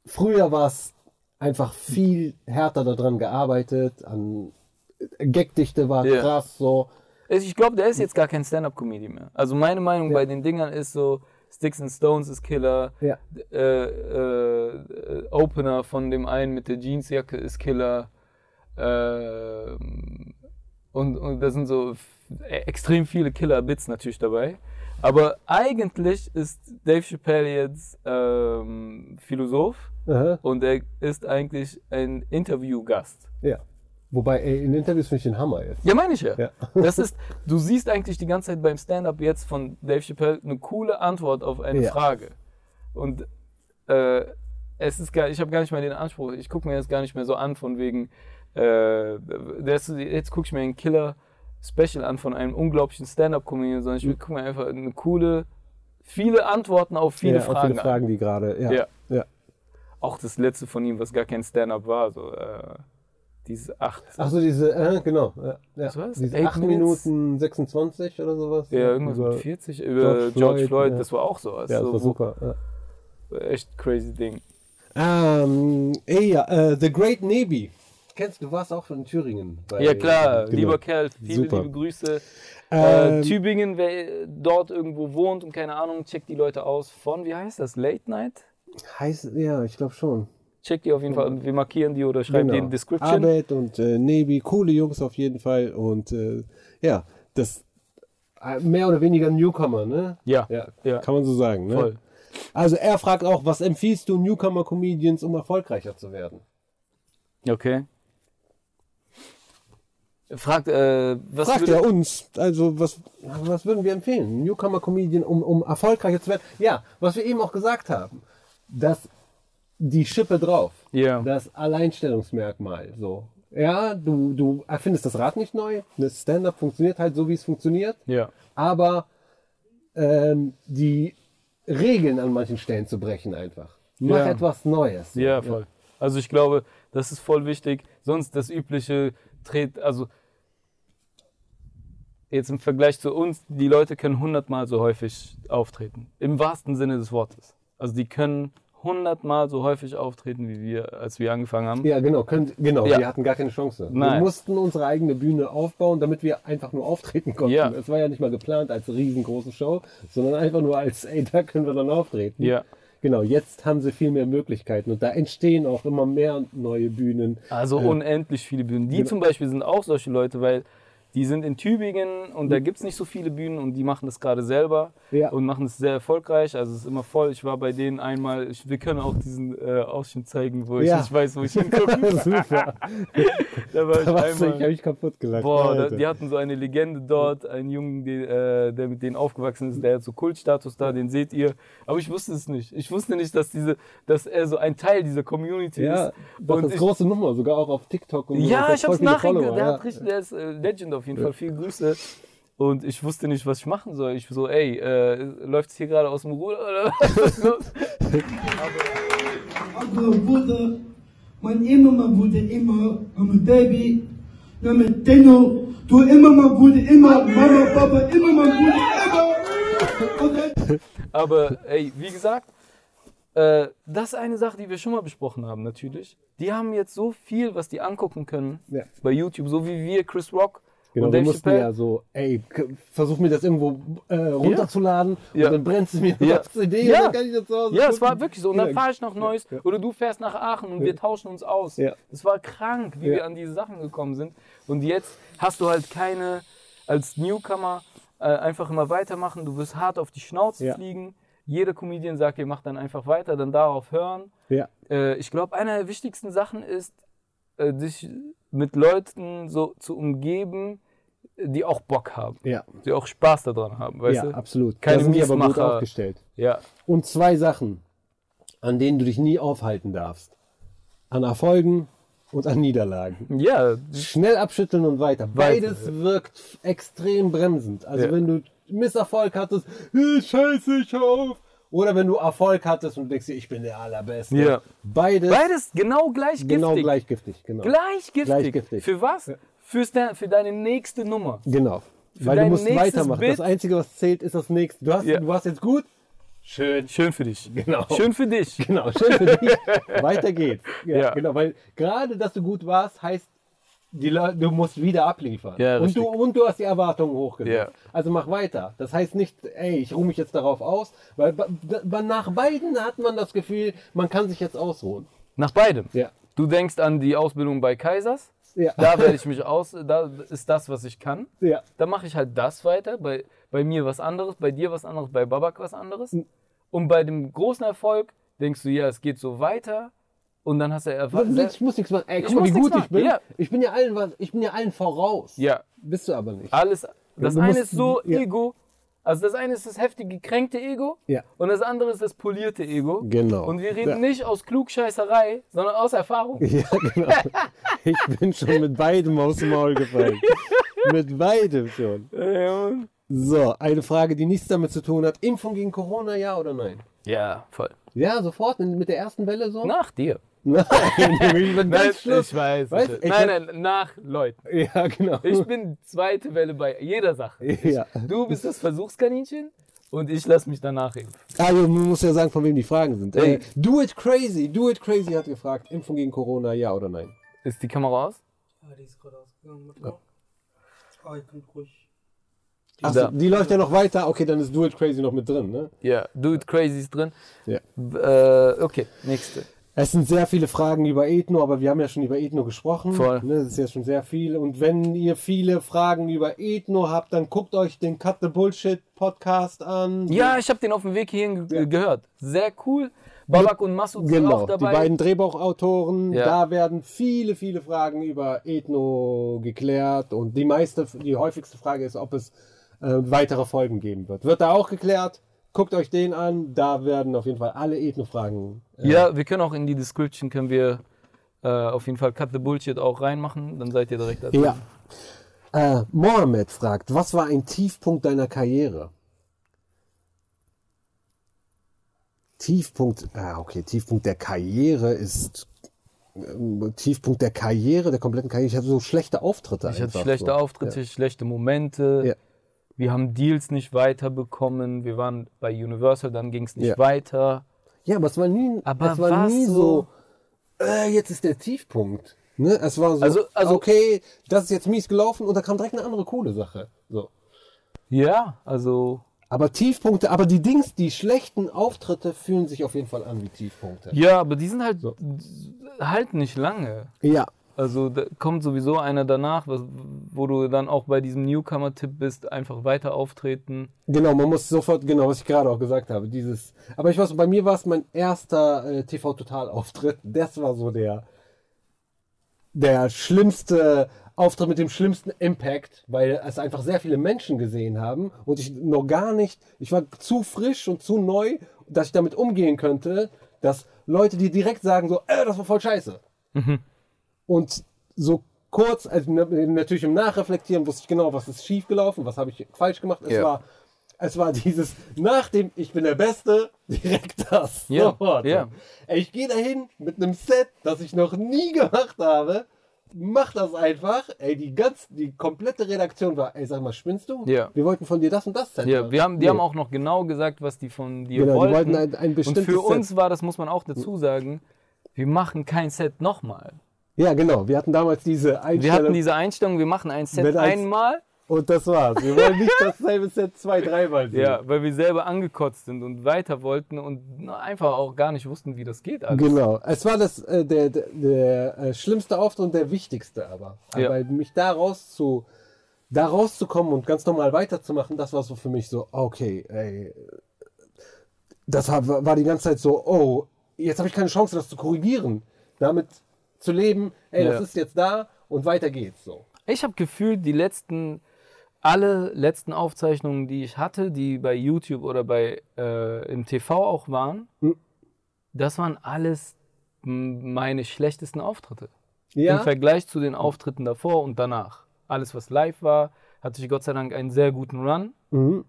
C: früher war es einfach viel härter daran gearbeitet, an Gagdichte war
A: Ja.
C: krass so.
A: Also Ich glaube, der ist jetzt gar kein Stand-Up-Comedian mehr. Also meine Meinung bei den Dingern ist so, Sticks and Stones ist Killer,
C: Ja.
A: äh, äh, äh, Opener von dem einen mit der Jeansjacke ist Killer. ähm, und, und da sind so f- e- extrem viele Killer-Bits natürlich dabei. Aber eigentlich ist Dave Chappelle jetzt ähm, Philosoph
C: Aha.
A: und er ist eigentlich ein Interviewgast.
C: Ja. Wobei, ey, in Interviews finde ich den Hammer jetzt.
A: Ja, meine ich ja.
C: Ja.
A: Das ist, du siehst eigentlich die ganze Zeit beim Stand-up jetzt von Dave Chappelle eine coole Antwort auf eine
C: Ja.
A: Frage. Und äh, es ist gar, ich habe gar nicht mehr den Anspruch, ich gucke mir das gar nicht mehr so an, von wegen, äh, das, jetzt gucke ich mir einen Killer Special an von einem unglaublichen Stand-up-Comedian, sondern
C: Mhm.
A: ich gucke mir einfach eine coole, viele Antworten auf viele
C: ja, auf
A: Fragen
C: Viele
A: an.
C: Fragen, die gerade. Ja.
A: Ja.
C: ja.
A: Auch das letzte von ihm, was gar kein Stand-up war, so äh, dieses acht.
C: Achso, diese, äh, genau. Ja, ja.
A: Was war das?
C: Diese
A: Eight
C: 8
A: Minutes?
C: Minuten 26 oder sowas.
A: Ja, irgendwas
C: Über-
A: mit 40 über George Floyd,
C: ja.
A: das war auch so. Also
C: Ja, das war
A: wo-
C: super. Ja.
A: echt crazy Ding.
C: Ähm, ey, ja, äh, The Great Navy. Kennst du, du warst auch schon in Thüringen. bei-
A: Ja klar,
C: Genau.
A: lieber Kerl, viele
C: Super.
A: liebe Grüße.
C: Ähm,
A: äh, Tübingen, wer dort irgendwo wohnt und keine Ahnung, checkt die Leute aus von, wie heißt das, Late Night?
C: Heißt, ja, ich glaube schon.
A: Checkt die auf jeden
C: Genau.
A: Fall, wir markieren die oder schreiben die in die Description.
C: Arbeit und äh, Navy, coole Jungs auf jeden Fall. Und äh, ja, das äh, mehr oder weniger Newcomer, ne?
A: ja,
C: Ja,
A: Ja.
C: kann man so sagen. Ne?
A: voll.
C: Also er fragt auch, was empfiehlst du Newcomer-Comedians, um erfolgreicher zu werden?
A: Okay. Fragt, äh, was
C: Fragt
A: würde-
C: er uns, also was, was würden wir empfehlen? Newcomer-Comedian, um, um erfolgreicher zu werden? Ja, was wir eben auch gesagt haben, dass die Schippe drauf,
A: Ja.
C: das Alleinstellungsmerkmal, so. Ja, du, du erfindest das Rad nicht neu, das Stand-up funktioniert halt so, wie es funktioniert,
A: Ja.
C: aber ähm, die Regeln an manchen Stellen zu brechen einfach. Mach
A: Ja.
C: etwas Neues.
A: Ja, voll. Also ich glaube, das ist voll wichtig. Sonst das übliche Tret, also jetzt im Vergleich zu uns, die Leute können hundertmal so häufig auftreten. Im wahrsten Sinne des Wortes. Also die können hundertmal so häufig auftreten, wie wir, als wir angefangen haben.
C: Ja, genau, könnt, genau.
A: Ja.
C: Wir hatten gar keine Chance. Wir
A: Nein.
C: mussten unsere eigene Bühne aufbauen, damit wir einfach nur auftreten konnten.
A: Ja.
C: Es war ja nicht mal geplant als riesengroße Show, sondern einfach nur als, ey, da können wir dann auftreten.
A: Ja.
C: Genau, jetzt haben sie viel mehr Möglichkeiten und da entstehen auch immer mehr neue Bühnen.
A: Also unendlich viele Bühnen. Die
C: Genau.
A: zum Beispiel sind auch solche Leute, weil die sind in Tübingen und da gibt es nicht so viele Bühnen und die machen das gerade selber
C: Mhm. Ja.
A: und machen es sehr erfolgreich. Also es ist immer voll. Ich war bei denen einmal, ich, wir können auch diesen äh, Ausschnitt zeigen, wo ich
C: Ja.
A: nicht weiß, wo ich hingucke.
C: Super.
A: da war ich
C: Was, ich
A: einmal.
C: habe ich kaputt gelacht.
A: Boah, da,
C: Alter.
A: die hatten so eine Legende dort, einen Jungen, die, äh, der mit denen aufgewachsen ist, der hat so Kultstatus da, den seht ihr. Aber ich wusste es nicht. Ich wusste nicht, dass, diese, dass er so ein Teil dieser Community
C: ja,
A: ist.
C: doch, das
A: ich-
C: große Nummer, sogar auch auf TikTok. Und so. Das
A: Ja,
C: hat
A: ich
C: voll
A: hab's
C: viele
A: nachgeguckt.
C: Follower,
A: Der,
C: ja.
A: hat richtig, der ist äh, Legend auf jeden Fall. Viele Grüße. Und ich wusste nicht, was ich machen soll. Ich so, ey, äh, läuft's hier gerade aus dem Ruder oder was ist los?
E: Abba Buddha, mein Imama wurde immer, mein Baby, mein Tenno, du Imama wurde immer, Mama, Papa, Imama wurde immer. Und dann
A: Aber ey, wie gesagt, äh, das ist eine Sache, die wir schon mal besprochen haben, natürlich. Die haben jetzt so viel, was die angucken können
C: Ja.
A: bei YouTube, so wie wir, Chris Rock
C: Genau,
A: und
C: wir
A: Dave
C: mussten
A: Chappelle.
C: ja so, ey, k- versuch mir das irgendwo äh, runterzuladen
A: Ja.
C: und dann brennst du mir
A: Ja.
C: das CD
A: Ja.
C: und dann kann Also ich das zu Hause
A: Ja, es
C: gucken.
A: war wirklich so. Und dann
C: Ja.
A: fahre ich nach Neuss oder du fährst nach Aachen und wir tauschen uns aus.
C: Ja.
A: Das war krank, wie
C: Ja.
A: wir an diese Sachen gekommen sind. Und jetzt hast du halt keine, als Newcomer äh, einfach immer weitermachen. Du wirst hart auf die Schnauze
C: Ja.
A: fliegen. Jeder Comedian sagt, ihr macht dann einfach weiter, dann darauf hören.
C: Ja.
A: Äh, ich glaube, eine der wichtigsten Sachen ist, äh, dich mit Leuten so zu umgeben, die auch Bock haben,
C: Ja,
A: die auch Spaß daran haben, weißt
C: ja
A: du?
C: absolut.
A: Keine
C: da sind die aber gut
A: Miesmacher.
C: aufgestellt.
A: Ja.
C: Und zwei Sachen, an denen du dich nie aufhalten darfst. An Erfolgen und an Niederlagen.
A: Ja,
C: Schnell abschütteln und weiter. Beides wirkt extrem bremsend. Also
A: Ja.
C: wenn du Misserfolg hattest, "Äh, scheiße, ich hör auf. Oder wenn du Erfolg hattest und denkst dir, ich bin der Allerbeste.
A: Ja.
C: Beides,
A: beides genau gleich giftig.
C: genau gleich giftig. Genau.
A: Gleich giftig.
C: Gleich giftig.
A: Für was? Für's de für deine nächste Nummer.
C: Genau. Weil du
A: dein
C: musst
A: nächstes
C: weitermachen.
A: Bit-
C: Das Einzige, was zählt, ist das nächste. Du hast,
A: Ja.
C: du warst jetzt gut. Schön.
A: Schön für dich.
C: Genau.
A: Schön für dich.
C: Genau, schön für dich. Weiter geht's. Ja,
A: Ja.
C: Genau, weil gerade, dass du gut warst, heißt, die Leute, du musst wieder abliefern.
A: Ja,
C: und, du,
A: richtig.
C: und du hast die Erwartungen hochgesetzt.
A: Ja.
C: Also mach weiter. Das heißt nicht, ey, ich ruhe mich jetzt darauf aus, weil ba- ba- nach beiden hat man das Gefühl, man kann sich jetzt ausruhen.
A: Nach beidem.
C: Ja.
A: Du denkst an die Ausbildung bei Kaisers.
C: Ja.
A: Da werde ich mich aus. Da ist das, was ich kann.
C: Ja.
A: Da mache ich halt das weiter. Bei, bei mir was anderes, bei dir was anderes,
C: Hm.
A: bei Babak was anderes. Und bei dem großen Erfolg denkst du, ja, es geht so weiter. Und dann hast du
C: Du- du-
A: erfahren.
C: Ich muss nichts machen. Ey,
A: Ich
C: guck mal, wie
A: muss nichts
C: gut ich
A: machen,
C: bin.
A: ja.
C: Ich bin ja allen was, ich bin ja allen voraus.
A: Ja, Ah.
C: Bist du aber nicht.
A: alles. Das
C: du
A: eine
C: musst-
A: ist so
C: ja.
A: Ego. Also das eine ist das heftige, gekränkte Ego.
C: Ja.
A: Und das andere ist das polierte Ego.
C: Genau.
A: Und wir reden
C: Ja.
A: nicht aus Klugscheißerei, sondern aus Erfahrung.
C: Ja, genau. Ich bin schon mit beidem aus dem Maul gefallen. mit beidem schon. So, eine Frage, die nichts damit zu tun hat. Impfung gegen Corona, ja oder nein?
A: Ja, voll.
C: Ja, sofort, in- mit der ersten Welle so?
A: Nach dir.
C: Nein, ich bin
A: Nein,
C: ganz schluss.
D: weiß.
C: Weißt,
D: es.
C: ich
A: nein, nein, nach Leuten.
C: nein. Ja, genau.
A: Ich bin zweite Welle bei jeder Sache.
C: ja.
A: Du bist das Versuchskaninchen und ich lasse mich danach impfen.
C: Also, man muss ja sagen, von wem die Fragen sind.
A: Ey.
C: Äh, do it crazy, do it crazy hat gefragt, Impfung gegen Corona, ja oder nein?
A: Ist die Kamera aus?
B: Ja, Ah, die ist gerade ausgegangen. Ja. Aber ihr könnt ruhig.
C: Achso,
A: Da.
C: die läuft ja noch weiter. Okay, dann ist do it crazy noch mit drin, ne?
A: Ja, Do It Crazy ist drin.
C: Ja.
A: Äh, okay, nächste.
C: Es sind sehr viele Fragen über Ethno, aber wir haben ja schon über Ethno gesprochen.
A: Voll.
C: Ne, das ist ja schon sehr viel. Und wenn ihr viele Fragen über Ethno habt, dann guckt euch den Cut the Bullshit Podcast an.
A: Ja, ich habe den auf dem Weg hierhin ge gehört. Sehr cool. Babak und Masud sind
C: Genau,
A: auch
C: die
A: dabei.
C: beiden Drehbuchautoren,
A: Ja.
C: da werden viele, viele Fragen über Ethno geklärt und die meiste, die häufigste Frage ist, ob es äh, weitere Folgen geben wird. Wird da auch geklärt? Guckt euch den an, da werden auf jeden Fall alle Ethno-Fragen. Äh,
A: ja, wir können auch in die Description können wir äh, auf jeden Fall Cut the Bullshit auch reinmachen. Dann seid ihr direkt da.
C: ja. Äh, Mohammed fragt, was war ein Tiefpunkt deiner Karriere? Tiefpunkt, ah, okay, Tiefpunkt der Karriere ist ähm, Tiefpunkt der Karriere, der kompletten Karriere. Ich hatte so schlechte Auftritte.
A: Ich hatte
C: einfach
A: schlechte
C: so.
A: Auftritte, schlechte Momente.
C: Ja.
A: Wir haben Deals nicht weiterbekommen. Wir waren bei Universal, dann ging es nicht
C: Ja.
A: weiter.
C: Ja, aber es war nie,
A: Aber
C: es war
A: was
C: nie
A: so?
C: so, äh, jetzt ist der Tiefpunkt. Ne? Es war so,
A: Also- also-
C: okay, das ist jetzt mies gelaufen und da kam direkt eine andere coole Sache. So.
A: Ja, also.
C: Aber Tiefpunkte, aber die Dings, die schlechten Auftritte fühlen sich auf jeden Fall an wie Tiefpunkte.
A: Ja, aber die sind halt, halt nicht lange.
C: Ja.
A: Also da kommt sowieso einer danach, was, wo du dann auch bei diesem Newcomer-Tipp bist, einfach weiter auftreten.
C: Genau, man muss sofort, genau, was ich gerade auch gesagt habe, dieses, aber ich weiß, bei mir war es mein erster äh, TV-Total-Auftritt, das war so der, der schlimmste Auftritt mit dem schlimmsten Impact, weil es einfach sehr viele Menschen gesehen haben und ich noch gar nicht, ich war zu frisch und zu neu, dass ich damit umgehen könnte, dass Leute dir direkt sagen so, äh, das war voll scheiße. Und so kurz, also na- natürlich im Nachreflektieren wusste ich genau, was ist schiefgelaufen, was habe ich falsch gemacht. Es,
A: Ja.
C: war, es war dieses, nach dem ich bin der Beste, direkt das.
A: Ja,
C: Sofort.
A: ja.
C: Ey, Ich gehe dahin mit einem Set, das ich noch nie gemacht habe. Mach das einfach. Ey, die ganz, die komplette Redaktion war, ey, sag mal, spinnst du?
A: Ja.
C: Wir wollten von dir das und das Set.
A: Ja,
C: machen.
A: wir haben, die
C: Nee.
A: haben auch noch genau gesagt, was die von dir
C: Genau, die
A: wollten.
C: wollten ein- ein
A: Und
C: bestimmtes
A: für
C: Set. Mhm.
A: uns war das, muss man auch dazu sagen, wir machen kein Set nochmal.
C: Ja, genau. Wir hatten damals diese Einstellung.
A: Wir hatten diese Einstellung, wir machen ein Set
C: Wenn eins-
A: einmal,
C: und das war's. Wir wollen nicht dasselbe Set zwei, dreimal sehen.
A: ja, weil wir selber angekotzt sind und weiter wollten und einfach auch gar nicht wussten, wie das geht. alles.
C: Genau. Es war das, äh, der, der, der äh, schlimmste Auftritt und der wichtigste aber.
A: Ja.
C: Aber mich da raus zu da rauszukommen und ganz normal weiterzumachen, das war so für mich so, okay, ey. Das war, war die ganze Zeit so, oh, jetzt habe ich keine Chance, das zu korrigieren. Damit zu leben, ey,
A: Ja.
C: das ist jetzt da und weiter geht's so.
A: Ich habe gefühlt, die letzten, alle letzten Aufzeichnungen, die ich hatte, die bei YouTube oder bei äh, im TV auch waren,
C: Hm.
A: das waren alles m, meine schlechtesten Auftritte. Im
C: Ja,
A: Vergleich zu den Auftritten davor und danach. Alles, was live war, hatte ich Gott sei Dank einen sehr guten Run.
C: mhm.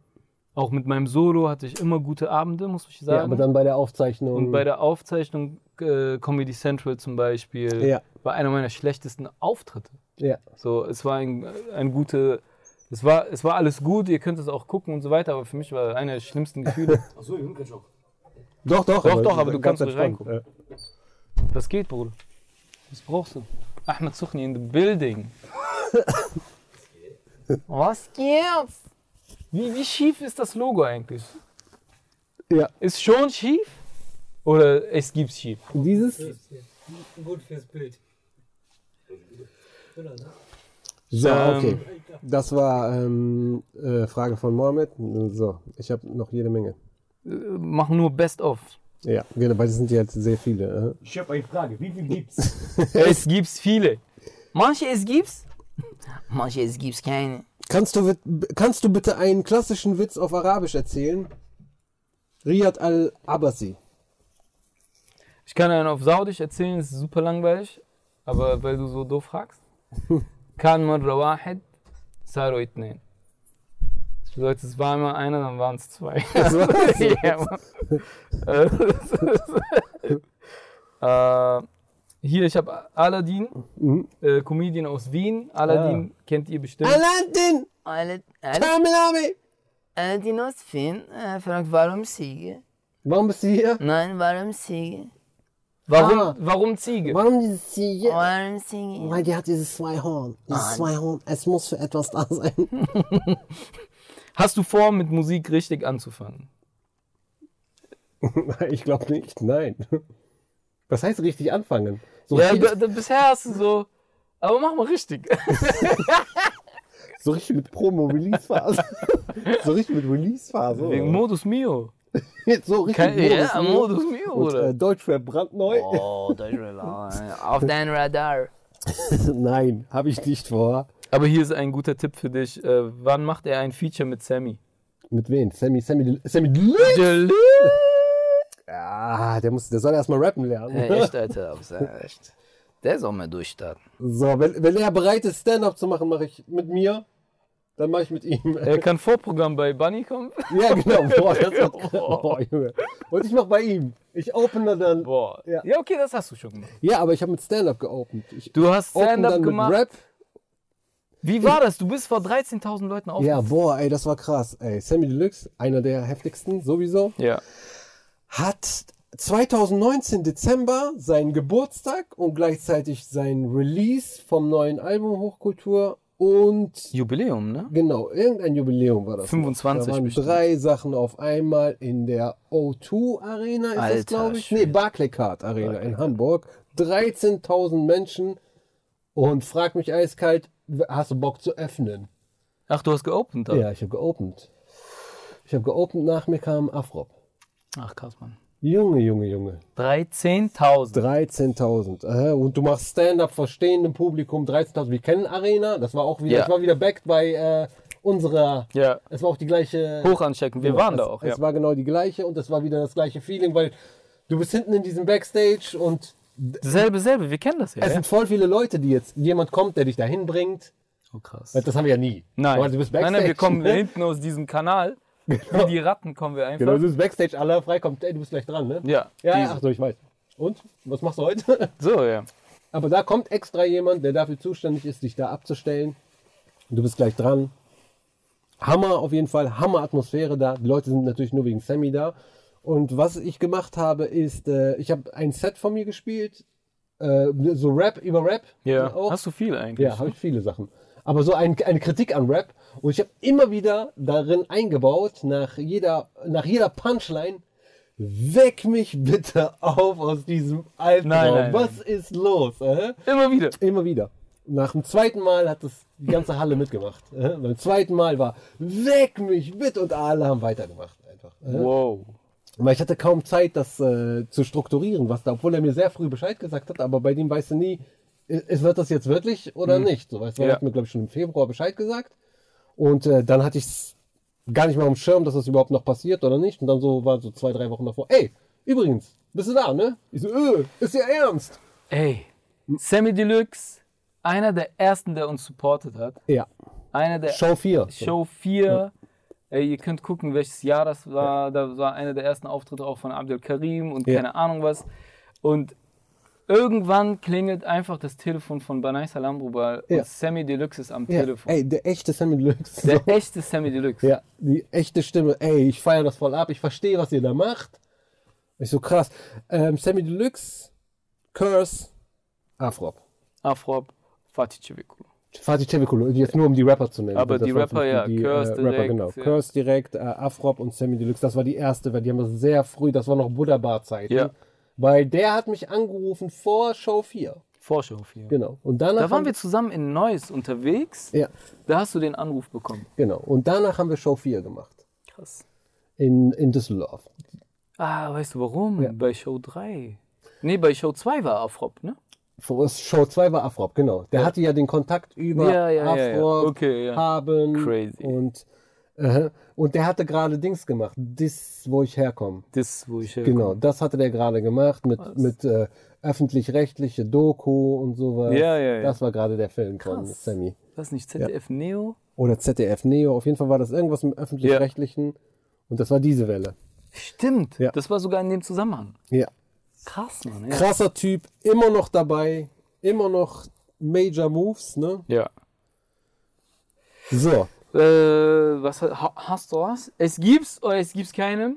A: Auch mit meinem Solo hatte ich immer gute Abende, muss ich sagen.
C: ja aber dann bei der Aufzeichnung.
A: Und bei der Aufzeichnung äh, Comedy Central zum Beispiel
C: Ja.
A: war einer meiner schlechtesten Auftritte.
C: ja.
A: So, es war ein, ein gute, es war, es war alles gut, ihr könnt es auch gucken und so weiter, aber für mich war einer der schlimmsten Gefühle.
B: Achso, ihr habt Job.
C: Doch, doch,
A: Doch, doch, aber du
C: ganz
A: kannst ruhig
C: entspannt,
A: reingucken. Was geht, Bruder? Was brauchst du? Ahmed Suchni in the building. Was geht's? Wie, wie schief ist das Logo eigentlich?
C: Ja.
A: Ist schon schief? Oder es gibt's schief?
C: ja. Dieses
B: Gut fürs Bild. Oder, ne?
C: So,
A: Ähm,
C: okay. Das war ähm, äh, Frage von Mohammed. So, ich habe noch jede Menge.
A: Machen nur Best of.
C: Ja, genau, weil das sind ja sehr viele. äh.
B: Ich habe eine Frage, wie viel gibt's?
A: Es gibt's viele.
F: Manche es gibt's, manche es gibt's keine.
C: Kannst du, wit- kannst du bitte einen klassischen Witz auf Arabisch erzählen? Riyad al-Abasi.
A: Ich kann einen auf Saudisch erzählen, ist super langweilig, aber weil du so doof fragst. Kann man Rawahid, Saro itnein. Das bedeutet, es war immer einer, dann waren es zwei. ja, Mann. Also, das ist- äh, hier, ich habe Aladdin, äh, Comedian aus Wien. Aladdin kennt ihr bestimmt.
C: Aladdin!
F: Alle, alle,
C: Amelami!
F: alle die nur Finn äh, fragt, warum Ziege?
C: Warum bist du hier?
F: Nein, warum Ziege?
A: warum,
C: Ah.
A: warum Ziege?
C: Warum dieses Ziege?
F: Warum Ziege?
C: Weil die hat dieses zwei Horn. Dieses zwei Horn. Es muss für etwas da sein.
A: Hast du vor, mit Musik richtig anzufangen?
C: ich glaube nicht, nein. Was heißt richtig anfangen? So,
A: Ja,
C: richtig,
A: d- d- bisher hast du so. Aber mach mal richtig.
C: so richtig mit Promo-Release-Phase. so richtig mit Release-Phase.
A: Wegen Modus Mio.
C: Jetzt so richtig
A: Kein, ja, Modus
C: Modus.
A: ne? halt. Mio,
C: Und, äh,
A: oder?
C: Deutschrap brandneu.
F: Oh, das ist Auf dein Radar.
C: Nein, habe ich nicht vor.
A: Aber hier ist ein guter Tipp für dich. Äh, wann macht er ein Feature mit Sammy?
C: Mit wem? Sammy, Sammy, Sammy. Deluxe?
A: Delü-
C: Ah, der muss, der soll erstmal rappen lernen.
F: Ja, echt, Alter, aber sei echt. Der soll mal durchstarten.
C: So, wenn, wenn er bereit ist, Stand-up zu machen, mache ich mit mir. Dann mache ich mit ihm.
A: Er kann Vorprogramm bei Bunny kommen.
C: ja, genau. Boah, das wird, boah, Junge. Und ich mache bei ihm. Ich opene dann.
A: Boah. Ja.
C: Ja.
A: okay, das hast du schon gemacht.
C: Ja, aber ich habe mit Stand-up geopend. Ich
A: Du hast
C: open
A: Stand-up
C: dann
A: gemacht.
C: Mit Rap.
A: Wie war das? Du bist vor 13.000 Leuten auf.
C: Ja, boah, ey, das war krass. Ey, Sammy Deluxe, einer der heftigsten sowieso,
A: Ja.
C: hat 2019 Dezember seinen Geburtstag und gleichzeitig sein Release vom neuen Album Hochkultur und
A: Jubiläum, ne?
C: Genau, irgendein Jubiläum war das.
A: 25
C: Da waren
A: bestimmt.
C: drei Sachen auf einmal in der O2 Arena, ist
F: Alter
C: das, glaube ich?
F: Schwede.
C: Nee, Barclaycard Arena in Hamburg. 13.000 Menschen und frag mich eiskalt, hast du Bock zu öffnen?
A: Ach, du hast geopend da.
C: Ja, ich habe geopend. Ich habe geopend, nach mir kam Afrop.
A: Ach, krass, Mann.
C: Junge, Junge, Junge.
A: 13.000.
C: 13.000. Äh, und du machst Stand-up vor stehendem Publikum. 13.000. Wir kennen Arena. Das war auch wieder,
A: Ja.
C: ich war wieder backed bei äh, unserer.
A: Ja.
C: Es war auch die gleiche.
A: Hoch anchecken. Wir
C: Genau,
A: waren da
C: es,
A: auch.
C: Es
A: Ja.
C: war genau die gleiche und es war wieder das gleiche Feeling, weil du bist hinten in diesem Backstage und
A: Selbe, selbe. Wir kennen das ja.
C: es
A: ja.
C: sind voll viele Leute, die jetzt jemand kommt, der dich dahin bringt.
A: Oh, krass.
C: Das haben wir ja nie.
A: Nein.
C: Aber du bist
A: nein,
C: Backstage.
A: nein, wir kommen
C: ne?
A: hinten aus diesem Kanal. Wie die Ratten kommen wir einfach.
C: Genau, du bist Backstage, aller frei kommt, ey, du bist gleich dran, ne?
A: Ja,
C: Ja,
A: diese.
C: ja ach so, ich weiß. Und? Was machst du heute?
A: So, ja.
C: Aber da kommt extra jemand, der dafür zuständig ist, dich da abzustellen. Und du bist gleich dran. Hammer auf jeden Fall, Hammer Atmosphäre da. Die Leute sind natürlich nur wegen Sammy da. Und was ich gemacht habe, ist, äh, ich habe ein Set von mir gespielt. Äh, so Rap über Rap.
A: Ja.
C: Auch.
A: Hast du viel eigentlich? ne?
C: Ja, habe ich viele Sachen. Aber so ein, eine Kritik an Rap. Und ich habe immer wieder darin eingebaut, nach jeder, nach jeder Punchline, weck mich bitte auf aus diesem Albtraum.
A: Nein, nein,
C: Was ist los? Äh?
A: Immer wieder.
C: Immer wieder. Nach dem zweiten Mal hat das die ganze Halle mitgemacht. Äh? Beim zweiten Mal war, weck mich bitte. Und alle haben weitergemacht. Einfach. Äh?
A: Wow.
C: Weil ich hatte kaum Zeit, das äh, zu strukturieren, was da, obwohl er mir sehr früh Bescheid gesagt hat, aber bei dem weißt du nie, i- ist, wird das jetzt wirklich oder nicht. So, weißt du, er
A: Ja.
C: hat mir, glaube ich, schon im Februar Bescheid gesagt. Und äh, dann hatte ich es gar nicht mal am Schirm, dass das überhaupt noch passiert oder nicht. Und dann so war so zwei, drei Wochen davor, ey, übrigens, bist du da, ne? Ich so, öh, ist ja ernst.
A: Ey, Sammy Deluxe, einer der ersten, der uns supportet hat.
C: Ja,
A: Einer der
C: Show 4.
A: Show 4. Ey, ihr könnt gucken, welches Jahr das war. Da war einer der ersten Auftritte auch von Abdel Karim und
C: Ja.
A: keine Ahnung was. Und irgendwann klingelt einfach das Telefon von Banai Salambrubal
C: Ja.
A: und Sammy Deluxe ist am
C: Ja,
A: Telefon.
C: ey, der echte Sammy Deluxe.
A: Der echte Sammy Deluxe.
C: Ja, die echte Stimme. Ey, ich feiere das voll ab. Ich verstehe, was ihr da macht. Ich so krass. Ähm, Sammy Deluxe, Curse, Afrop.
A: Afrop, Fatih Ceviculu.
C: Fatih Ceviculu, jetzt nur um die Rapper zu nennen.
A: Aber
C: Das
A: die
C: waren für
A: Rapper,
C: mich
A: ja, Curse direkt,
C: genau.
A: ja.
C: Curse direkt, äh, Afrop und Sammy Deluxe. Das war die erste, weil die haben das sehr früh, das war noch Buddha-Bar-Zeit.
A: Ja.
C: Weil der hat mich angerufen vor Show 4.
A: Vorschau 4.
C: Genau. Und danach
A: Da waren wir zusammen in Neuss unterwegs.
C: Ja,
A: Da hast du den Anruf bekommen.
C: genau. Und danach haben wir Show 4 gemacht.
A: Krass.
C: In, in Düsseldorf.
A: Ah, weißt du warum? Bei Show 3. Nee, bei Show 2 war Afrop, ne?
C: Vor- Show 2 war Afrop, genau. Der hatte ja den Kontakt über
A: Ja, ja, ja, ja.
C: Afrop,
A: Okay, ja.
C: Haben
A: Crazy.
C: und äh, und der hatte gerade Dings gemacht, das, wo ich herkomme.
A: Das, wo ich äh, herkomme.
C: Genau, das hatte der gerade gemacht mit, mit äh, öffentlich-rechtliche Doku und sowas.
A: Ja, ja, ja.
C: Das war gerade der Film von
A: Krass.
C: Sammy.
A: Was ist nicht ZDF Neo?
C: Oder ZDF Neo, auf jeden Fall war das irgendwas mit öffentlich-rechtlichen. Und das war diese Welle.
A: Stimmt,
C: Ja.
A: das war sogar in dem Zusammenhang.
C: Ja.
A: Krass, Mann. Ja.
C: Krasser Typ, immer noch dabei, immer noch Major Moves, ne?
A: ja.
C: So,
A: Äh, was ha- hast du was? Es gibt's oder es gibt's keine?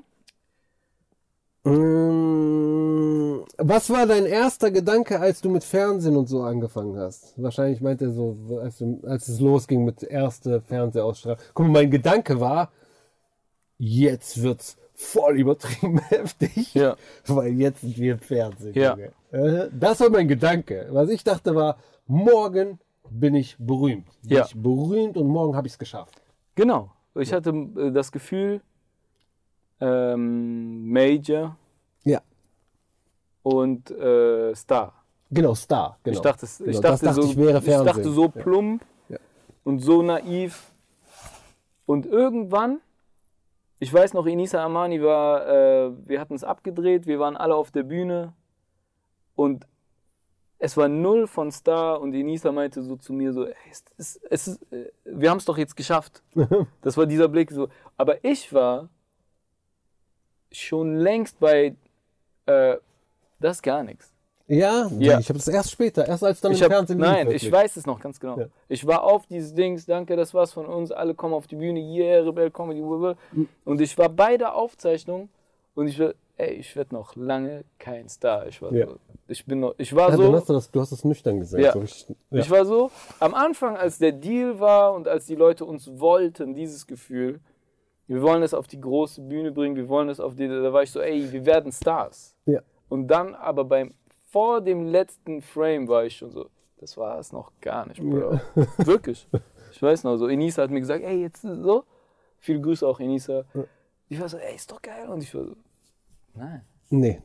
C: Mm, Was war dein erster Gedanke, als du mit Fernsehen und so angefangen hast? Wahrscheinlich meint er so, als, du, als es losging mit erste Fernsehausstrahlung. Guck mal, mein Gedanke war, jetzt wird's voll übertrieben heftig,
A: Ja.
C: weil jetzt sind wir im Fernsehen.
A: Ja.
C: Junge. Äh, Das war mein Gedanke. Was ich dachte war, morgen bin ich berühmt. Bin
A: Ja.
C: ich berühmt und morgen habe ich es geschafft.
A: Genau. Ich hatte äh, das Gefühl, ähm, Major
C: Ja.
A: und äh, Star.
C: Genau, Star. Genau.
A: Ich dachte, es- ich
C: Genau, das
A: dachte,
C: dachte
A: so,
C: ich wäre Fernsehen.
A: dachte so plump
C: Ja.
A: und so naiv. Und irgendwann, ich weiß noch, Inisa Amani war, äh, wir hatten es abgedreht, wir waren alle auf der Bühne und es war null von Star und Inisa meinte so zu mir so, "Ey, es, es, es, ist, äh, wir haben es doch jetzt geschafft. das war dieser Blick so. Aber ich war schon längst bei, äh, das ist gar nichts.
C: Ja,
A: Ja.
C: ich habe das erst später, erst als dann
A: Ich
C: im
A: hab,
C: Fernsehen lief
A: nein,
C: wirklich.
A: ich weiß es noch ganz genau.
C: Ja.
A: Ich war auf dieses Dings, danke, das war's von uns, alle kommen auf die Bühne, yeah, Rebell Comedy, blablabla.
C: Hm.
A: Und ich war bei der Aufzeichnung und ich war, ey, ich werde noch lange kein Star. Ich war
C: Ja.
A: so, ich bin noch, ich war
C: Ja, dann
A: so,
C: hast du, das, du hast das nüchtern gesagt.
A: Also- Ja.
C: So richtig- ja.
A: ich war so, am Anfang, als der Deal war und als die Leute uns wollten, dieses Gefühl, wir wollen es auf die große Bühne bringen, wir wollen es auf die, da war ich so, ey, wir werden Stars.
C: Ja.
A: Und dann aber beim, vor dem letzten Frame war ich schon so, das war es noch gar nicht, Bro. Wirklich. Ich weiß noch so, Enisa hat mir gesagt, ey, jetzt so, viele Grüße auch Enisa. Ich war so, ey, ist doch geil. Und ich war so, nein.
C: Nee.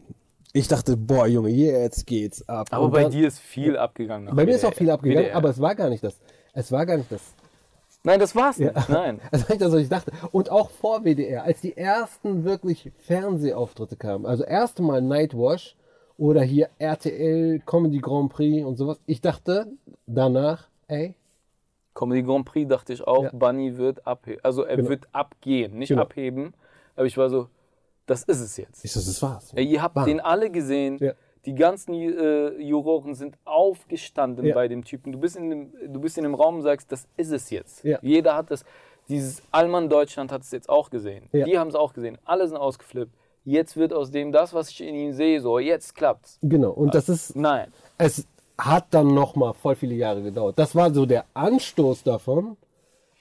C: Ich dachte, boah, Junge, jetzt geht's ab.
A: Aber
C: Und
A: bei
C: dann-
A: dir ist viel abgegangen. nach
C: Bei mir ist
A: WDR.
C: auch viel abgegangen,
A: WDR.
C: aber es war gar nicht das. Es war gar nicht das.
A: Nein, das war's nicht. Nein.
C: Es war nicht das, was ich dachte. Und auch vor WDR, als die ersten wirklich Fernsehauftritte kamen, also erste Mal Nightwash oder hier RTL, Comedy Grand Prix und sowas, ich dachte danach, ey,
A: Comedy Grand Prix dachte ich auch,
C: Ja.
A: Bunny wird abheben. Also er wird abgehen, nicht
C: Genau.
A: abheben. Aber ich war so, das ist es jetzt.
C: ich, so, das war's.
A: Ey, ihr habt
C: Bam.
A: den alle gesehen.
C: Ja.
A: Die ganzen äh, Juroren sind aufgestanden
C: Ja.
A: bei dem Typen. Du bist, in dem, du bist in dem Raum und sagst, das ist es jetzt.
C: Ja.
A: Jeder hat das. Dieses Allmann Deutschland hat es jetzt auch gesehen.
C: Ja.
A: Die haben es auch gesehen. Alle sind ausgeflippt. Jetzt wird aus dem das, was ich in ihm sehe, so, jetzt klappt's.
C: Genau, und das ist
A: Nein.
C: es hat dann nochmal voll viele Jahre gedauert. Das war so der Anstoß davon.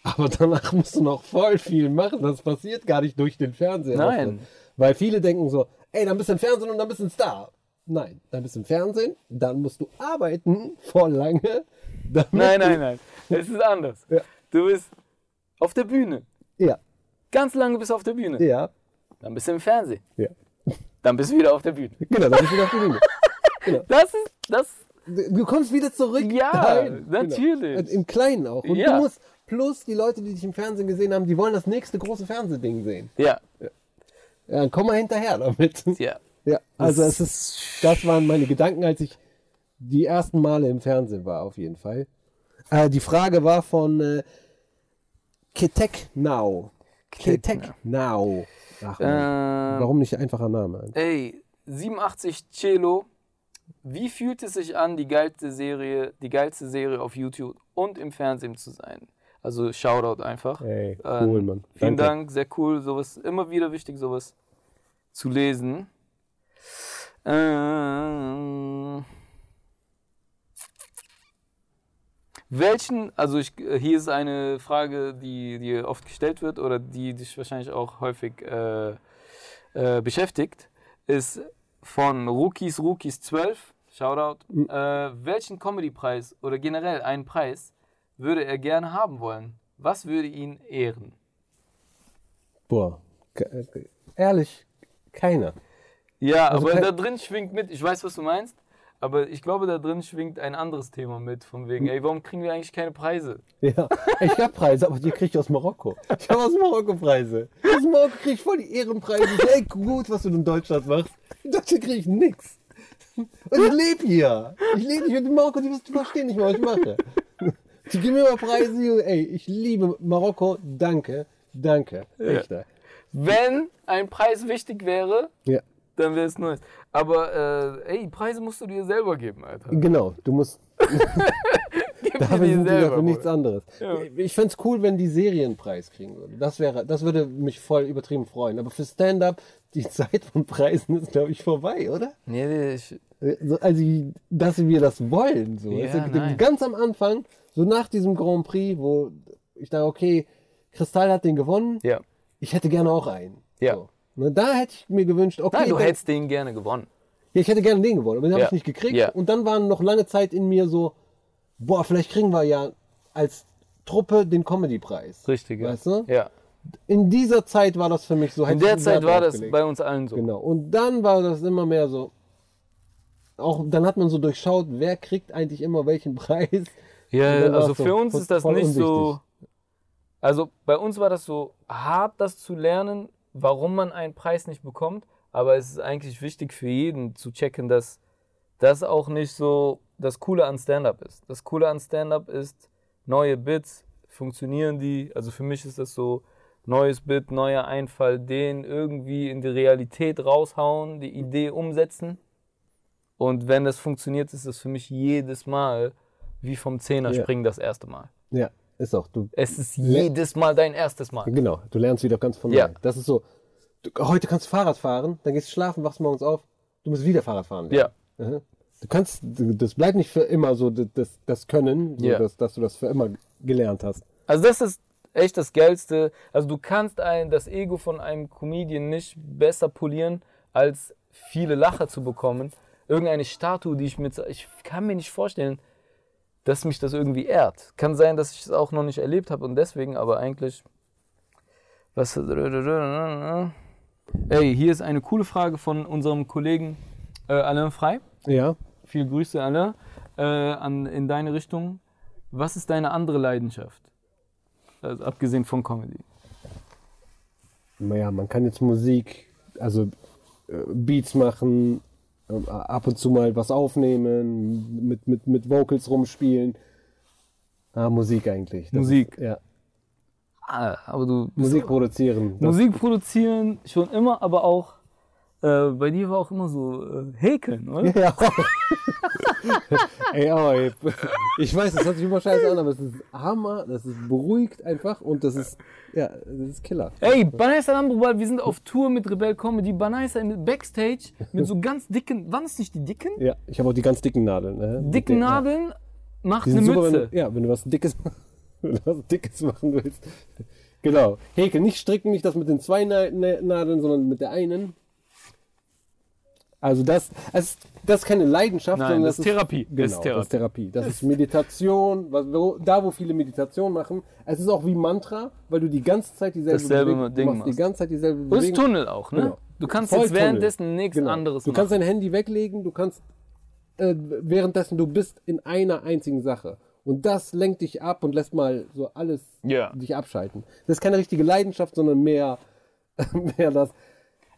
C: Aber danach musst du noch voll viel machen. Das passiert gar nicht durch den Fernseher.
A: Nein.
C: Weil viele denken so, ey, dann bist du im Fernsehen und dann bist du ein Star. Nein, dann bist du im Fernsehen, dann musst du arbeiten, voll lange. damit
A: Nein,
C: du-
A: nein, nein. Es ist anders.
C: Ja.
A: Du bist auf der Bühne.
C: Ja,
A: Ganz lange bist du auf der Bühne.
C: ja,
A: Dann bist du im Fernsehen.
C: ja.
A: Dann bist du wieder auf der Bühne.
C: Genau, dann bist du wieder auf die Bühne.
A: Das ist, das,
C: Du kommst wieder zurück.
A: Ja,
C: dahin.
A: natürlich.
C: Genau. Im Kleinen auch. Und
A: Ja.
C: du musst, plus die Leute, die dich im Fernsehen gesehen haben, die wollen das nächste große Fernsehding sehen.
A: ja,
C: Ja, dann komm mal hinterher damit.
A: ja.
C: Ja, also es ist, das waren meine Gedanken, als ich die ersten Male im Fernsehen war, auf jeden Fall. Äh, die Frage war von äh, Ketek Now. Ketek Now. Ach, Mann.
A: Ähm,
C: warum nicht einfacher Name?
A: Ey, 87 Cello. Wie fühlt es sich an, die geilste Serie, die geilste Serie auf YouTube und im Fernsehen zu sein? Also Shoutout einfach.
C: Ey,
A: Ähm,
C: cool, Mann.
A: Vielen
C: Danke.
A: Dank, sehr cool. Sowas immer wieder wichtig, sowas zu lesen. Ähm, welchen, also ich, hier ist eine Frage, die dir oft gestellt wird oder die dich wahrscheinlich auch häufig äh, äh, beschäftigt, ist von Rookies Rookies 12. Shoutout. Äh, welchen Comedy-Preis oder generell einen Preis würde er gerne haben wollen? Was würde ihn ehren?
C: Boah, ke- äh, ehrlich, keiner.
A: Ja,
C: Also
A: aber
C: kein-
A: da drin schwingt mit, ich weiß, was du meinst, aber ich glaube, da drin schwingt ein anderes Thema mit, von wegen, ey, warum kriegen wir eigentlich keine Preise?
C: Ja, ich hab Preise, aber die krieg ich aus Marokko. Ich hab aus Marokko Preise. Aus Marokko krieg ich voll die Ehrenpreise. Ey, gut, was du in Deutschland machst. In Deutschland krieg ich nix. Und ich lebe hier. Ich lebe hier in Marokko, die wissen- die verstehen nicht mal, was ich mache. Die geben mir mal Preise, Junge. ey, ich liebe Marokko, danke, danke. Echt, ey.
A: Wenn ein Preis wichtig wäre,
C: Ja.
A: dann wäre es Neues. Aber, äh, ey, Preise musst du dir selber geben, Alter.
C: Genau, du musst. Dafür
A: die
C: sind die
A: selber,
C: dafür nichts
A: Bruder.
C: anderes. Ich fände es cool, wenn die Serien einen Preis kriegen würden. Das wäre, das würde mich voll übertrieben freuen. Aber für Stand-up, die Zeit von Preisen ist, glaube ich, vorbei, oder?
A: Nee, nee, ich,
C: So, Also, dass wir das wollen. So.
A: Ja,
C: Also,
A: nein.
C: ganz am Anfang, so nach diesem Grand Prix, wo ich dachte, okay, Kristall hat den gewonnen,
A: ja.
C: ich hätte gerne auch einen.
A: Ja.
C: So. Na, da hätte ich mir gewünscht, okay.
A: Nein, du
C: dann-
A: hättest den gerne gewonnen.
C: ja, ich hätte gerne den gewonnen, aber den habe
A: Ja.
C: ich nicht gekriegt.
A: Ja.
C: Und dann waren noch lange Zeit in mir so, boah, vielleicht kriegen wir ja als Truppe den Comedy-Preis.
A: Richtig, ja.
C: Weißt du?
A: Ja.
C: In dieser Zeit war das für mich so.
A: In
C: hätte ich
A: der
C: einen
A: Zeit
C: Wert
A: war
C: drauf
A: das
C: gelegt.
A: bei uns allen so.
C: Genau. Und dann war das immer mehr so. Auch dann hat man so durchschaut, wer kriegt eigentlich immer welchen Preis. Und
A: Ja,
C: dann
A: also
C: war's so
A: für uns
C: voll-
A: ist das
C: voll
A: nicht so.
C: unwichtig.
A: Also bei uns war das so hart, das zu lernen, warum man einen Preis nicht bekommt. Aber es ist eigentlich wichtig für jeden zu checken, dass das auch nicht so das Coole an Stand-up ist. Das Coole an Stand-up ist neue Bits, funktionieren die? Also für mich ist das so neues Bit, neuer Einfall, den irgendwie in die Realität raushauen, die Idee umsetzen. Und wenn das funktioniert, ist das für mich jedes Mal wie vom Zehner
C: Ja.
A: springen das erste Mal.
C: Ja, ist auch. Du,
A: Es ist
C: Le-
A: jedes Mal dein erstes Mal.
C: genau, du lernst wieder ganz von
A: Ja.
C: neuem. Das ist so. Du, heute kannst du Fahrrad fahren, dann gehst du schlafen, wachst morgens auf, du musst wieder Fahrrad fahren.
A: Ja,
C: Aha. Du kannst, du- das bleibt nicht für immer so, d- das, das Können, so,
A: Ja.
C: dass, dass du das für immer gelernt hast.
A: also das ist echt das Geilste. Also du kannst ein, das Ego von einem Comedian nicht besser polieren, als viele Lacher zu bekommen. Irgendeine Statue, die ich mir... Ich kann mir nicht vorstellen, dass mich das irgendwie ehrt. Kann sein, dass ich es auch noch nicht erlebt habe und deswegen, aber eigentlich... Was... Ey, hier ist eine coole Frage von unserem Kollegen äh, Alain Frey.
C: Ja.
A: Viele Grüße, alle äh, an, in deine Richtung. Was ist deine andere Leidenschaft? Also abgesehen von Comedy.
C: Naja, man kann jetzt Musik, also äh, Beats machen, äh, ab und zu mal was aufnehmen, mit, mit, mit Vocals rumspielen. Ah, Musik eigentlich. Das
A: Musik.
C: Ist, ja.
A: Ah, aber du
C: Musik produzieren. Das-
A: Musik produzieren schon immer, aber auch äh, bei dir war auch immer so äh, häkeln, oder?
C: Ja. Ey, oh, ey. ich weiß, das hört sich immer scheiße an, aber es ist Hammer, das ist beruhigt einfach und das ist, ja, das ist Killer.
A: Ey, Banaisa Lambrobal, wir sind auf Tour mit Rebel Comedy. Banaisa im Backstage mit so ganz dicken, waren es nicht die dicken?
C: Ja, ich habe auch die ganz dicken Nadeln. Ne? Mit
A: Dicken
C: den-
A: Nadeln macht
C: Die
A: eine
C: sind super,
A: Mütze.
C: wenn du, ja, wenn du was Dickes, wenn du was Dickes machen willst. Genau. Häkel, nicht stricken, nicht das mit den zwei Na Na Nadeln, sondern mit der einen. Also das, es, das ist keine Leidenschaft,
A: Nein,
C: sondern
A: das ist Therapie.
C: Genau,
A: Das ist
C: das ist Therapie. Das ist Meditation, was, wo, da wo viele Meditation machen. Es ist auch wie Mantra, weil du die ganze Zeit dieselbe
A: Dasselbe
C: Bewegung-
A: Ding
C: du machst. Die
A: machst.
C: ganze Zeit dieselbe
A: Und ist
C: Bewegung.
A: Tunnel auch, ne?
C: Genau.
A: Du kannst
C: Voll
A: jetzt
C: Tunnel.
A: währenddessen nichts
C: Genau.
A: anderes
C: Du
A: machen.
C: kannst dein Handy weglegen, du kannst äh, währenddessen du bist in einer einzigen Sache. Und das lenkt dich ab und lässt mal so alles
A: Ja.
C: dich abschalten. Das ist keine richtige Leidenschaft, sondern mehr, mehr das.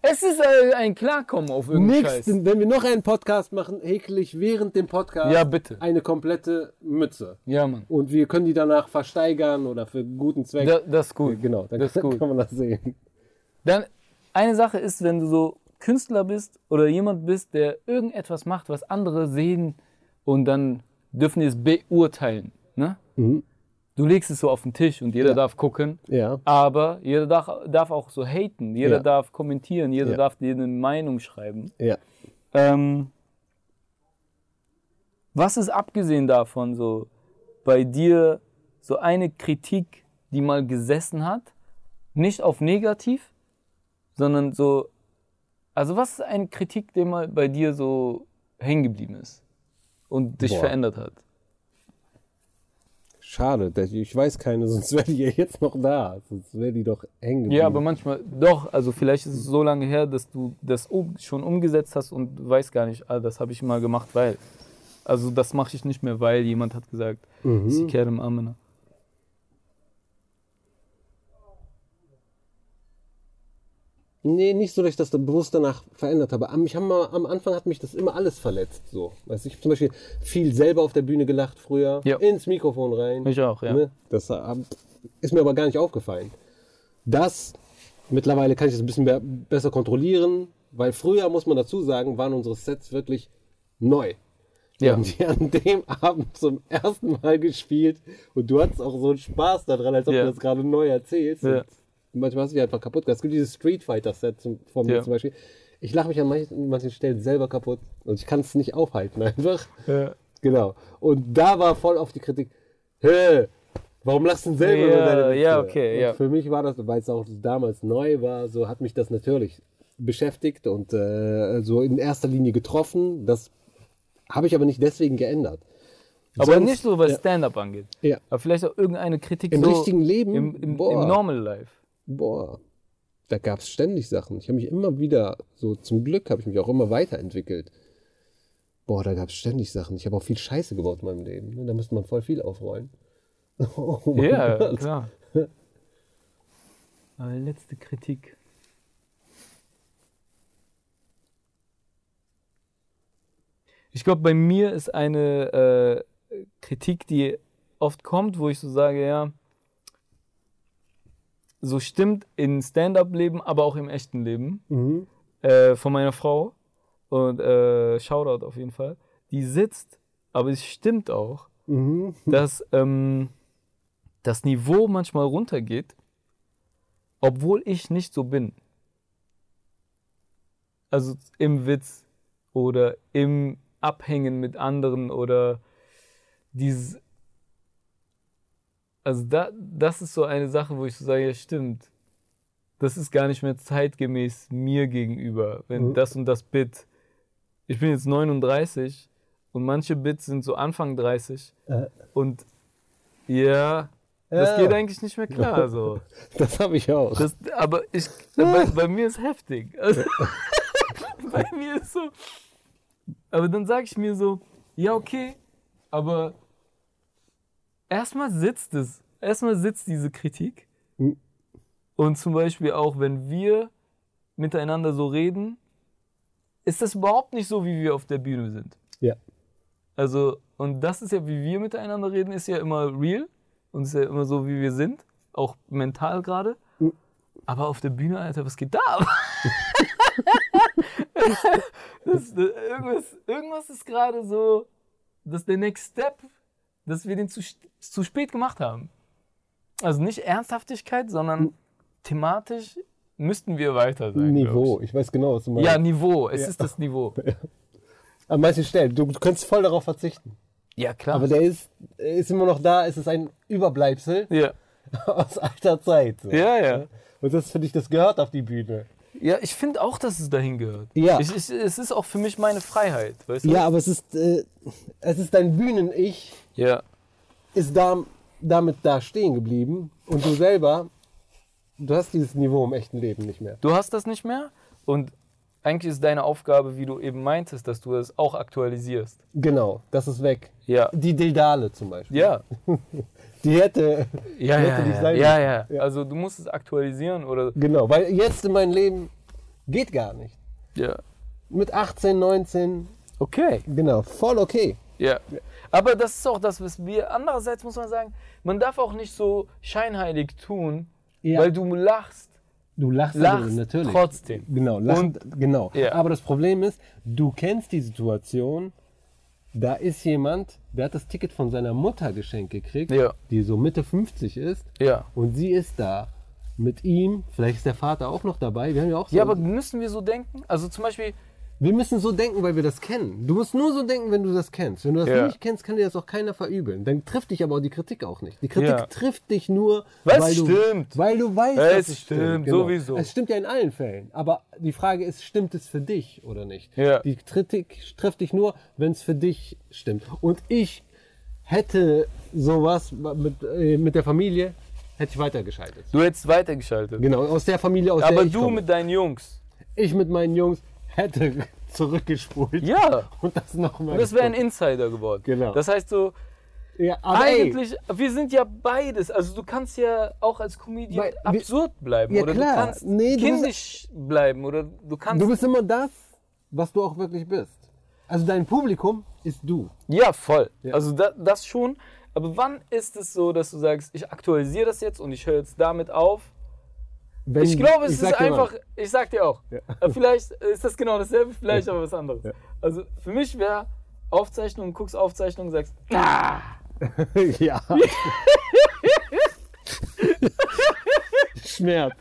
A: Es ist äh, ein Klarkommen auf irgendeinen Scheiß.
C: Nächsten, wenn wir noch einen Podcast machen, häkel ich während dem Podcast
A: Ja, bitte.
C: eine komplette Mütze.
A: Ja, Mann.
C: Und wir können die danach versteigern oder für guten Zweck.
A: Da, das ist gut.
C: genau, dann
A: das ist
C: kann,
A: gut.
C: kann man das sehen.
A: Dann eine Sache ist, wenn du so Künstler bist oder jemand bist, der irgendetwas macht, was andere sehen und dann dürfen die es beurteilen. Ne?
C: Mhm.
A: Du legst es so auf den Tisch und jeder darf gucken.
C: Ja.
A: Aber jeder darf, darf auch so haten, jeder
C: Ja.
A: darf kommentieren, jeder
C: Ja.
A: darf dir eine Meinung schreiben.
C: Ja.
A: Ähm, was ist abgesehen davon so bei dir so eine Kritik, die mal gesessen hat? Nicht auf negativ, sondern so. Also, was ist eine Kritik, die mal bei dir so hängen geblieben ist und dich
C: Boah.
A: verändert hat?
C: Schade, dass- ich weiß keine, sonst wäre die ja jetzt noch da. Sonst wäre die doch hängen geblieben.
A: Ja, aber manchmal, doch, also vielleicht ist es so lange her, dass du das um- schon umgesetzt hast und du weißt gar nicht, ah, das habe ich mal gemacht, weil. Also das mache ich nicht mehr, weil jemand hat gesagt,
C: Mhm.
A: sie kehren im Amena.
C: Nee, nicht so, dass ich das dann bewusst danach verändert habe. Am, ich hab mal, am Anfang hat mich das immer alles verletzt. So. Weißt, du, ich habe zum Beispiel viel selber auf der Bühne gelacht früher,
A: Ja.
C: ins Mikrofon rein.
A: Ich auch, ja.
C: Ne? Das ähm, ist mir aber gar nicht aufgefallen. Das, mittlerweile kann ich das ein bisschen be- besser kontrollieren, weil früher, muss man dazu sagen, waren unsere Sets wirklich neu. Wir
A: Ja.
C: haben die an dem Abend zum ersten Mal gespielt und du hattest auch so einen Spaß daran, als ob
A: Ja.
C: du das gerade neu erzählst.
A: Ja.
C: Und Manchmal hast du die einfach kaputt gemacht. Es gibt dieses Street Fighter Set zum, von mir
A: Ja.
C: zum Beispiel. Ich lache mich an manchen, manchen Stellen selber kaputt und ich kann es nicht aufhalten einfach.
A: Ja.
C: Genau. Und da war voll auf die Kritik, hä, warum lachst du denn selber
A: Ja,
C: über deine Witze?
A: ja, okay,
C: und
A: ja.
C: Für mich war das, weil es auch damals neu war, so hat mich das natürlich beschäftigt und äh, so in erster Linie getroffen. Das habe ich aber nicht deswegen geändert.
A: Aber
C: Sonst-
A: nicht so, was Stand-up angeht.
C: Ja.
A: Aber vielleicht auch irgendeine Kritik
C: Im
A: so
C: richtigen Leben?
A: Im, im, im
C: Boah.
A: Normal Life.
C: boah, da gab es ständig Sachen. Ich habe mich immer wieder, so zum Glück habe ich mich auch immer weiterentwickelt. Boah, da gab es ständig Sachen. Ich habe auch viel Scheiße gebaut in meinem Leben. ne? Da müsste man voll viel aufräumen. Oh mein
A: Ja,
C: Gott.
A: klar. Aber letzte Kritik. Ich glaube, bei mir ist eine äh, Kritik, die oft kommt, wo ich so sage, ja, so stimmt im Stand-up-Leben, aber auch im echten Leben äh, von meiner Frau und äh, Shoutout auf jeden Fall. Die sitzt, aber es stimmt auch, Mhm. dass ähm, das Niveau manchmal runtergeht, obwohl ich nicht so bin. Also im Witz oder im Abhängen mit anderen oder dieses. Also da, das ist so eine Sache, wo ich so sage, ja stimmt. Das ist gar nicht mehr zeitgemäß mir gegenüber, wenn das und das Bit. Ich bin jetzt 39 und manche Bits sind so Anfang 30 und ja, das geht eigentlich nicht mehr klar so.
C: Das habe ich auch.
A: Das, aber ich, bei, bei mir ist heftig. Also, bei mir ist so. Aber dann sage ich mir so, ja okay, aber erstmal sitzt es, erstmal sitzt diese Kritik. Und zum Beispiel auch, wenn wir miteinander so reden, ist das überhaupt nicht so, wie wir auf der Bühne sind.
C: Ja.
A: Also, und das ist ja, wie wir miteinander reden, ist ja immer real und ist ja immer so, wie wir sind, auch mental gerade. Aber auf der Bühne, Alter, was geht da ab? das, das, irgendwas, irgendwas ist gerade so, dass der Next Step, dass wir den zu, st- zu spät gemacht haben. Also nicht Ernsthaftigkeit, sondern thematisch müssten wir weiter sein. glaub
C: Niveau. Ich weiß genau, was du
A: Ich.
C: meinst.
A: Ja, Niveau. Es ist das Niveau.
C: An manchen Stellen. Du, du kannst voll darauf verzichten.
A: Ja, klar.
C: Aber der ist, er ist immer noch da. Es ist ein Überbleibsel
A: ja.
C: aus alter Zeit. so.
A: ja, ja.
C: Und das finde ich, das gehört auf die Bühne.
A: Ja, ich finde auch, dass es dahin gehört.
C: Ja.
A: Ich, ich, es ist auch für mich meine Freiheit, weißt du?
C: Ja, aber es ist, äh, es ist dein Bühnen-Ich,
A: Ja.
C: ist da, damit da stehen geblieben und du selber, du hast dieses Niveau im echten Leben nicht mehr.
A: Du hast das nicht mehr und eigentlich ist deine Aufgabe, wie du eben meintest, dass du das auch aktualisierst.
C: Genau, das ist weg.
A: Ja.
C: Die Dildale zum Beispiel.
A: Ja.
C: Die hätte,
A: Ja,
C: hätte
A: ja,
C: nicht
A: ja,
C: sein
A: ja,
C: müssen.
A: ja. Also du musst es aktualisieren oder.
C: genau, weil jetzt in meinem Leben geht gar nicht.
A: Ja.
C: Mit 18, 19,
A: Okay.
C: genau, voll okay.
A: Ja. Aber das ist auch das, was wir. Andererseits muss man sagen, man darf auch nicht so scheinheilig tun,
C: Ja.
A: weil du lachst,
C: Du lachst, aber
A: lachst
C: natürlich.
A: trotzdem.
C: Genau, lachen, genau.
A: Ja.
C: Aber das Problem ist, du kennst die Situation, da ist jemand, der hat das Ticket von seiner Mutter geschenkt gekriegt,
A: Ja.
C: die so Mitte 50 ist,
A: Ja.
C: und sie ist da mit ihm, vielleicht ist der Vater auch noch dabei, wir haben ja auch so,
A: Ja, aber müssen wir so denken? Also zum Beispiel,
C: wir müssen so denken, weil wir das kennen. Du musst nur so denken, wenn du das kennst. Wenn du das
A: Ja.
C: nicht kennst, kann dir das auch keiner verübeln. Dann trifft dich aber auch die Kritik auch nicht. Die Kritik
A: Ja.
C: trifft dich nur,
A: Was
C: weil,
A: stimmt?
C: Du, weil du weißt,
A: Es
C: dass es stimmt. genau.
A: stimmt, sowieso.
C: Es stimmt ja in allen Fällen. Aber die Frage ist, stimmt es für dich oder nicht?
A: Ja.
C: Die Kritik trifft dich nur, wenn es für dich stimmt. Und ich hätte sowas mit, äh, mit der Familie, hätte ich weitergeschaltet.
A: Du hättest weitergeschaltet.
C: Genau, aus der Familie, aus
A: Aber
C: der ich
A: du
C: komme.
A: mit deinen Jungs.
C: ich mit meinen Jungs hätte zurückgespult
A: Ja.
C: und das nochmal.
A: Und das wäre ein Insider geworden.
C: Genau.
A: Das heißt so,
C: ja, aber ey,
A: eigentlich, wir sind ja beides. Also du kannst ja auch als Comedian
C: Weil wir-
A: absurd bleiben.
C: Ja,
A: oder
C: klar.
A: du kannst
C: Nee, du bist-
A: kindisch bleiben. Oder du kannst.
C: du bist immer das, was du auch wirklich bist. Also dein Publikum ist du.
A: ja, voll. Also da, das schon. Aber wann ist es so, dass du sagst, ich aktualisiere das jetzt und ich höre jetzt damit auf?
C: Wenn-
A: Ich glaube, es
C: Ähm, sag
A: ist
C: dir mal,
A: einfach, ich sag dir auch, Äh, vielleicht ist das genau dasselbe, vielleicht aber was anderes. Also für mich wäre Aufzeichnung, guckst Aufzeichnung, sagst,
C: ja. Schmerz.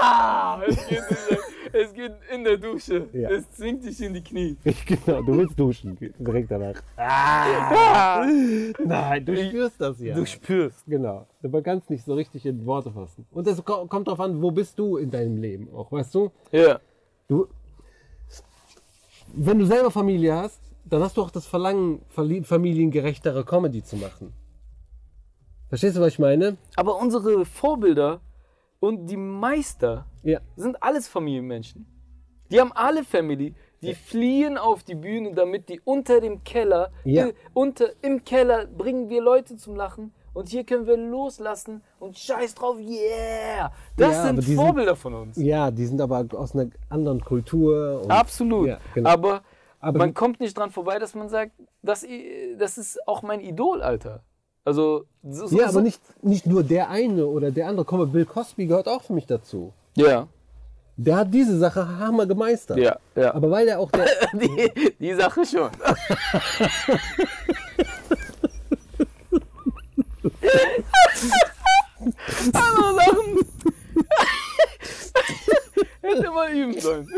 A: ah, es geht, in der, es geht in der Dusche,
C: Ja.
A: es zwingt dich in die Knie.
C: Genau, du willst duschen direkt danach.
A: Ah,
C: Nein, du spürst das ja.
A: du spürst.
C: Genau. Man kann es nicht so richtig in Worte fassen. Und es ko- kommt drauf an, wo bist du in deinem Leben auch, weißt du?
A: Ja,
C: Du, wenn du selber Familie hast, dann hast du auch das Verlangen, verli- familiengerechtere Comedy zu machen. Verstehst du, was ich meine?
A: aber unsere Vorbilder und die Meister
C: Ja.
A: sind alles Familienmenschen. Die haben alle Family. Die fliehen auf die Bühne, damit die unter dem Keller,
C: Ja.
A: äh, unter, im Keller bringen wir Leute zum Lachen und hier können wir loslassen und scheiß drauf, yeah! Das
C: Ja, aber
A: sind
C: die sind-
A: Vorbilder von uns.
C: Ja, die sind aber aus einer anderen Kultur. Und
A: Absolut.
C: Ja, genau.
A: aber,
C: Aber
A: man
C: die-
A: kommt nicht dran vorbei, dass man sagt, das, i- das ist auch mein Idol, Alter. Also, so, so,
C: ja,
A: so-
C: aber nicht, nicht nur der eine oder der andere. Komm, Bill Cosby gehört auch für mich dazu.
A: Ja,
C: Der hat diese Sache hammer gemeistert.
A: ja, ja.
C: Aber weil er auch der,
A: Die, die Sache schon. Andere Sachen. Hätte man üben sollen.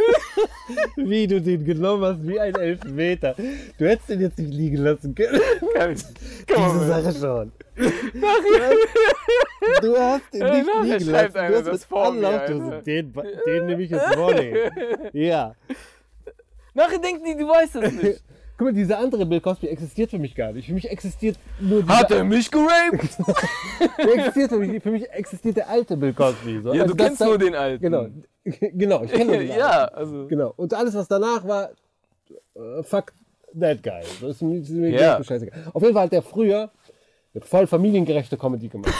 C: wie du den genommen hast, wie ein Elfmeter. Du hättest den jetzt nicht liegen lassen können.
A: Kann ich- kann man
C: Diese
A: mal.
C: Sache schon. Du hast den nicht
A: Äh, nachher
C: liegen
A: schreibt
C: lassen. Du
A: einer
C: hast
A: das
C: mit
A: vor mir,
C: Anlauf
A: Alter.
C: gesagt, den, ba- den nehme ich jetzt vorne. Ja.
A: Nachher denken die, du weißt es nicht.
C: Guck mal, dieser andere Bill Cosby existiert für mich gar nicht. Für mich existiert nur dieser,
A: Hat er mich geraped?
C: der existiert für mich, für mich existiert der alte Bill Cosby. So.
A: Ja,
C: Also
A: du
C: das
A: kennst
C: da-
A: nur den alten.
C: Genau, genau, ich kenne nur den alten.
A: Ja, also.
C: Genau. Und alles, was danach war, äh, fuck that guy. Das ist mir, ist mir
A: Ja.
C: yeah. scheißegal. Auf jeden Fall hat der früher eine voll familiengerechte Comedy gemacht.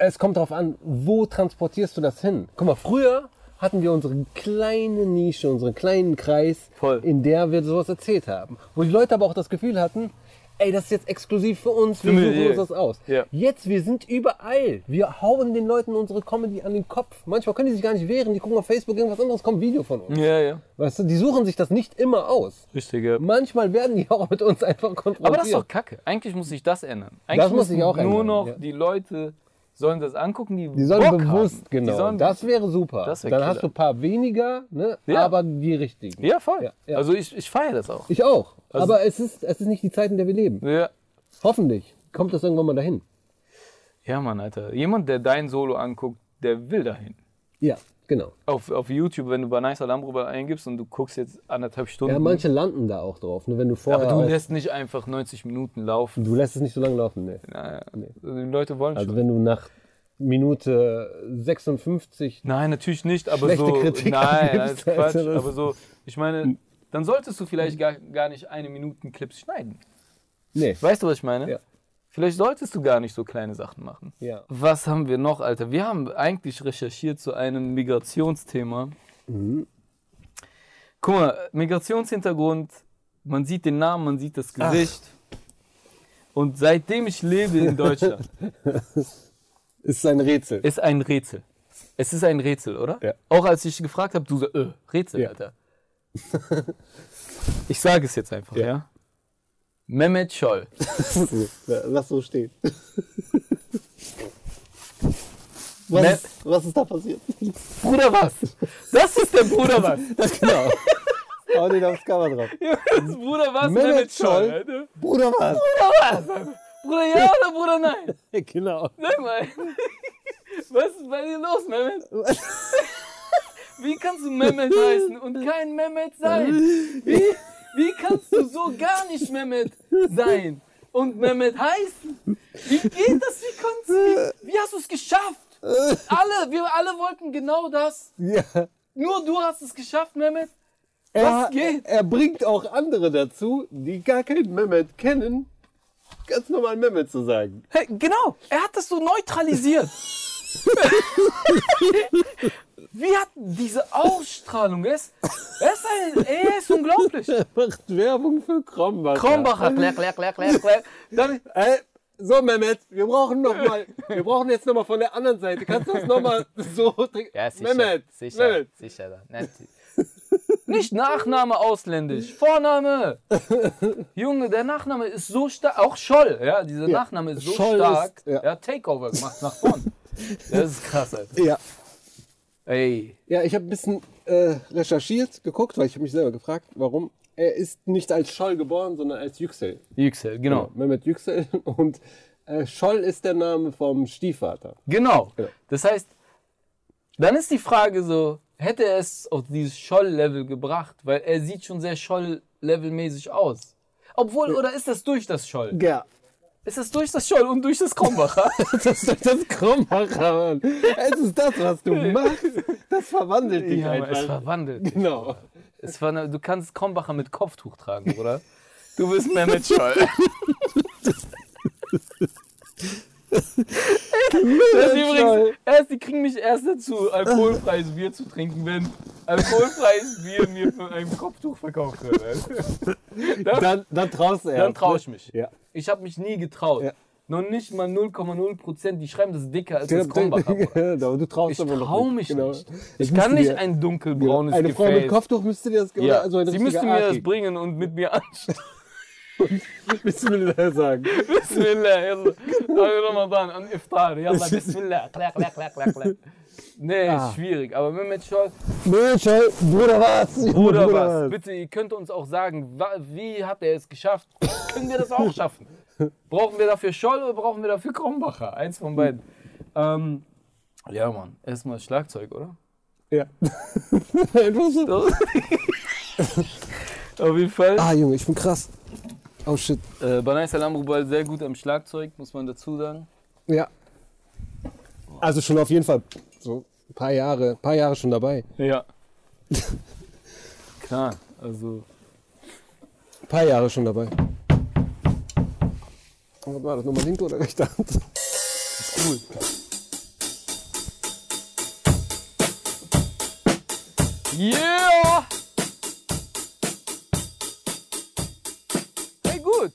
C: Es kommt darauf an, wo transportierst du das hin? Guck mal, früher hatten wir unsere kleine Nische, unseren kleinen Kreis,
A: Voll.
C: in der wir sowas erzählt haben. Wo die Leute aber auch das Gefühl hatten, ey, das ist jetzt exklusiv für uns, wir
A: Für
C: suchen
A: mich, ja.
C: uns das aus.
A: Ja.
C: Jetzt, wir sind überall. Wir hauen den Leuten unsere Comedy an den Kopf. Manchmal können die sich gar nicht wehren. Die gucken auf Facebook irgendwas anderes, kommt ein Video von uns.
A: Ja, ja.
C: Weißt du, die suchen sich das nicht immer aus.
A: Richtig, ja.
C: Manchmal werden die auch mit uns einfach konfrontiert.
A: Aber das ist doch kacke. Eigentlich muss sich das ändern. Eigentlich
C: Das muss sich auch
A: nur
C: ändern,
A: noch
C: ja.
A: die Leute sollen das angucken, die,
C: die sollen
A: Bock
C: bewusst,
A: haben.
C: genau.
A: Die sollen,
C: das wäre super.
A: Das
C: Dann
A: wär
C: hast du
A: killer.
C: ein paar weniger, ne?
A: Ja.
C: aber die richtigen.
A: ja, Also voll.
C: Ja, ja.
A: Also ich, ich feiere das auch.
C: Ich auch. aber es ist, es ist nicht die Zeit, in der wir leben.
A: Ja.
C: Hoffentlich kommt das irgendwann mal dahin.
A: ja, Mann, Alter. Jemand, der dein Solo anguckt, der will dahin.
C: Ja, genau.
A: Auf, auf YouTube, wenn du bei Nice Alambro eingibst und du guckst jetzt anderthalb Stunden.
C: Ja, manche landen da auch drauf. Ne? Wenn du vorher
A: aber du
C: auf-
A: lässt nicht einfach 90 Minuten laufen.
C: du lässt es nicht so lange laufen. Ne?
A: Naja, Die Leute wollen
C: Also
A: schon.
C: wenn du nach Minute 56
A: Nein, natürlich nicht, aber
C: Schlechte
A: so.
C: Kritik
A: nein, das ist
C: angibst,
A: Quatsch.
C: Alter.
A: Aber so, ich
C: Hm.
A: meine, dann solltest du vielleicht gar, gar nicht eine Minuten Clips schneiden.
C: Nee.
A: Weißt du, was ich meine?
C: Ja.
A: Vielleicht solltest du gar nicht so kleine Sachen machen.
C: Ja.
A: Was haben wir noch, Alter? Wir haben eigentlich recherchiert zu einem Migrationsthema.
C: Mhm.
A: Guck mal, Migrationshintergrund, man sieht den Namen, man sieht das Gesicht. Und seitdem ich lebe in Deutschland,
C: Ist ein Rätsel.
A: ist ein Rätsel. Es ist ein Rätsel, oder?
C: Ja.
A: Auch als ich gefragt habe, du so, äh, Rätsel,
C: Ja.
A: Alter. ich sage es jetzt einfach, ja? Mehmet Scholl.
C: Lass so stehen.
A: Me
C: Was ist da passiert?
A: Bruder was? Das ist der Bruder was.
C: Das genau. Hau den aufs Cover drauf.
A: Das Bruder was?
C: Mehmet
A: Mehmet Scholl.
C: Scholl.
A: Alter.
C: Bruder was?
A: Bruder ja oder Bruder nein?
C: Genau.
A: Sag mal. Was ist bei dir los, Mehmet? Wie kannst du Mehmet heißen und kein Mehmet sein? Wie? Wie kannst du so gar nicht Mehmet sein und Mehmet heißen? Wie geht das? Wie konntest du? Wie, wie hast du es geschafft? Alle, wir alle wollten genau das.
C: Ja.
A: Nur du hast es geschafft, Mehmet.
C: Er,
A: Was geht?
C: er bringt auch andere dazu, die gar keinen Mehmet kennen, ganz normal Mehmet zu sagen.
A: Hey, genau, er hat das so neutralisiert. Wie hat diese Ausstrahlung? Er ist, er ist, ein, er ist unglaublich.
C: Er macht Werbung für Krombacher.
A: Krombacher.
F: Klack, klack, klack, klack, klack.
A: Dann,
C: Ey, Äh, so Mehmet, wir brauchen noch mal, wir brauchen jetzt nochmal von der anderen Seite. Kannst du das nochmal so trinken?
F: Ja, sicher.
C: Mehmet,
F: sicher,
C: Mehmet.
F: sicher. da. Nein,
A: Nicht Nachname ausländisch, Vorname. Junge, der Nachname ist so stark. Auch Scholl, ja, dieser Nachname ist so
C: Scholl
A: stark.
C: ist- ja.
A: Er hat Takeover gemacht nach vorn. Das ist krass, Alter.
C: Ja.
A: Ey,
C: Ja, ich habe ein bisschen äh, recherchiert, geguckt, weil ich habe mich selber gefragt, warum. Er ist nicht als Scholl geboren, sondern als Yüksel.
A: Yüksel, genau.
C: Mehmet Yüksel. Und äh, Scholl ist der Name vom Stiefvater.
A: Genau.
C: Ja.
A: Das heißt, dann ist die Frage so, hätte er es auf dieses Scholl-Level gebracht? Weil er sieht schon sehr Scholl-Level-mäßig aus. Obwohl, oder ist das durch das Scholl?
C: Ja.
A: Ist das durch das Scholl und durch das Krombacher?
C: Das ist das Krombacher, Mann. Es ist das, was du machst. Das verwandelt dich
A: ja, es
C: einfach.
A: verwandelt.
C: Genau.
A: Es war eine, du kannst Krombacher mit Kopftuch tragen, oder? Du bist Mehmet Scholl. Das ist übrigens, erst, die kriegen mich erst dazu, alkoholfreies Bier zu trinken, wenn alkoholfreies Bier mir für ein Kopftuch verkauft wird. Alter.
C: Dann, dann traust er.
A: Dann traue ich mich.
C: Ja.
A: Ich habe mich nie getraut.
C: Ja.
A: Noch nicht mal 0,0 Prozent. Die schreiben das ist dicker als das Krombacher. Bruder.
C: Genau, du traust
A: Ich
C: aber noch
A: trau mich
C: Genau.
A: nicht.
C: Das
A: Ich kann
C: müsste
A: nicht
C: dir-
A: ein dunkelbraunes
C: Eine Frau mit
A: Gefäß.
C: Kopftuch müsste dir das
A: ja.
C: oder also eine
A: Sie
C: richtige
A: müsste mir das
C: Arti.
A: bringen und mit mir anstehen.
C: Bismillah sagen.
A: Bismillah, yalla. An Ramadan, an Iftar, yalla, Bismillah. Ah. Klack, klack, klack, klack, klack. Nee, ist schwierig. Aber Mehmet Scholl,
C: Mädchen, Bruder was?
A: Bruder, was? Bitte, ihr könnt uns auch sagen, wa- wie habt ihr es geschafft? Können wir das auch schaffen? Brauchen wir dafür Scholl oder brauchen wir dafür Krombacher? Eins von beiden. Ähm, ja, Mann. Erstmal Schlagzeug, oder?
C: Ja. Einfach so.
A: Auf jeden Fall.
C: ah, Junge, ich bin krass. Oh shit.
A: Äh, Banai Salam Rubal sehr gut am Schlagzeug, muss man dazu sagen.
C: Ja. Also schon auf jeden Fall so ein paar Jahre, paar Jahre schon dabei.
A: Ja. Klar, also.
C: Ein paar Jahre schon dabei. Was war das nochmal linke oder rechte Hand?
A: Yeah! Hey, gut!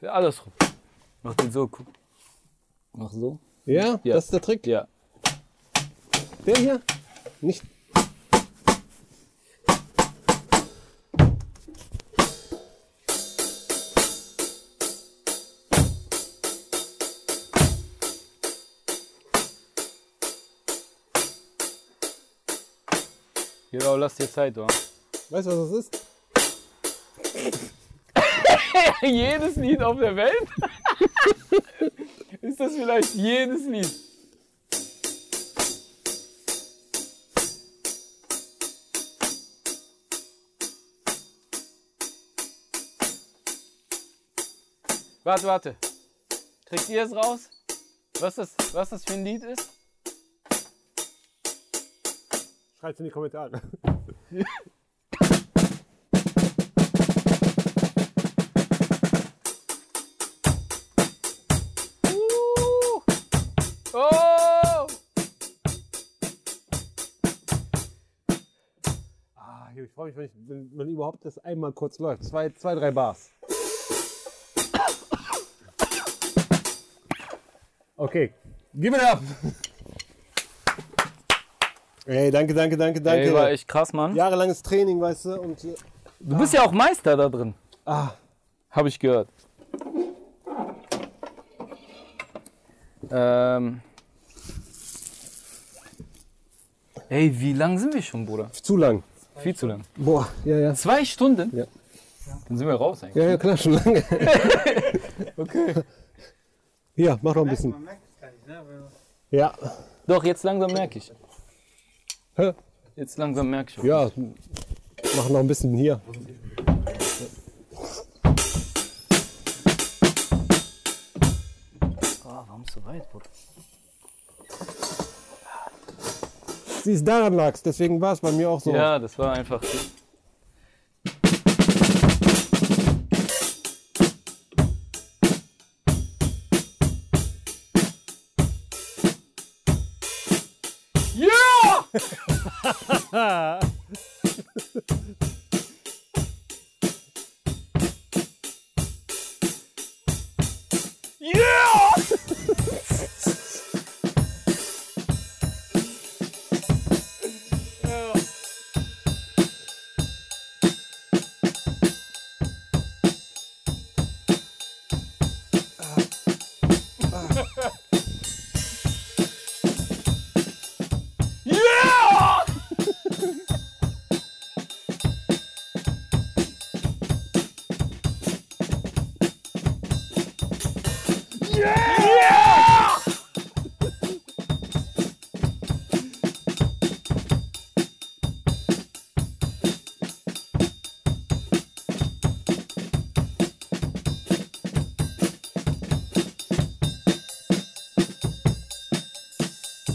A: Ja, andersrum. Mach den so, guck. Mach so.
C: Ja,
A: Ja.
C: das ist der Trick.
A: Ja.
C: Der hier? Nicht.
A: Genau, lass dir Zeit, oder?
C: Weißt du, was das ist?
A: jedes Lied auf der Welt? Ist das vielleicht jedes Lied? Warte, warte. Kriegt ihr es raus? Was das, was das für ein Lied ist?
G: Schreib's in die Kommentare.
A: Uh! Oh!
G: Ah, ich freue mich, wenn, ich, wenn, wenn überhaupt das einmal kurz läuft. Zwei, zwei drei Bars. Okay. Give it up!
C: Ey, danke, danke, danke, danke.
A: Ey, war echt krass, Mann.
C: Jahrelanges Training, weißt du, und äh,
A: Du bist ja auch Meister da drin.
C: Ah.
A: Habe ich gehört. Ähm. Ey, wie lang sind wir schon, Bruder?
C: zu lang.
A: Viel zu lang.
C: Boah, ja, ja.
A: Zwei Stunden?
C: Ja.
A: Dann sind wir raus eigentlich.
C: Ja, ja, klar, schon lange. okay. Ja, mach noch ein bisschen.
B: Man merkt es gar nicht, ne? Aber
C: Ja,
A: Doch, jetzt langsam merke ich.
C: Hä?
A: Jetzt langsam merke ich.
C: ja. Mach noch ein bisschen hier.
H: Ah, warum so weit, Bruder?
C: Siehst, daran lag's. Deswegen war es bei mir auch so.
A: Ja, das war einfach.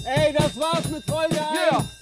C: Ey, das war's mit Folge 1.
A: Ja!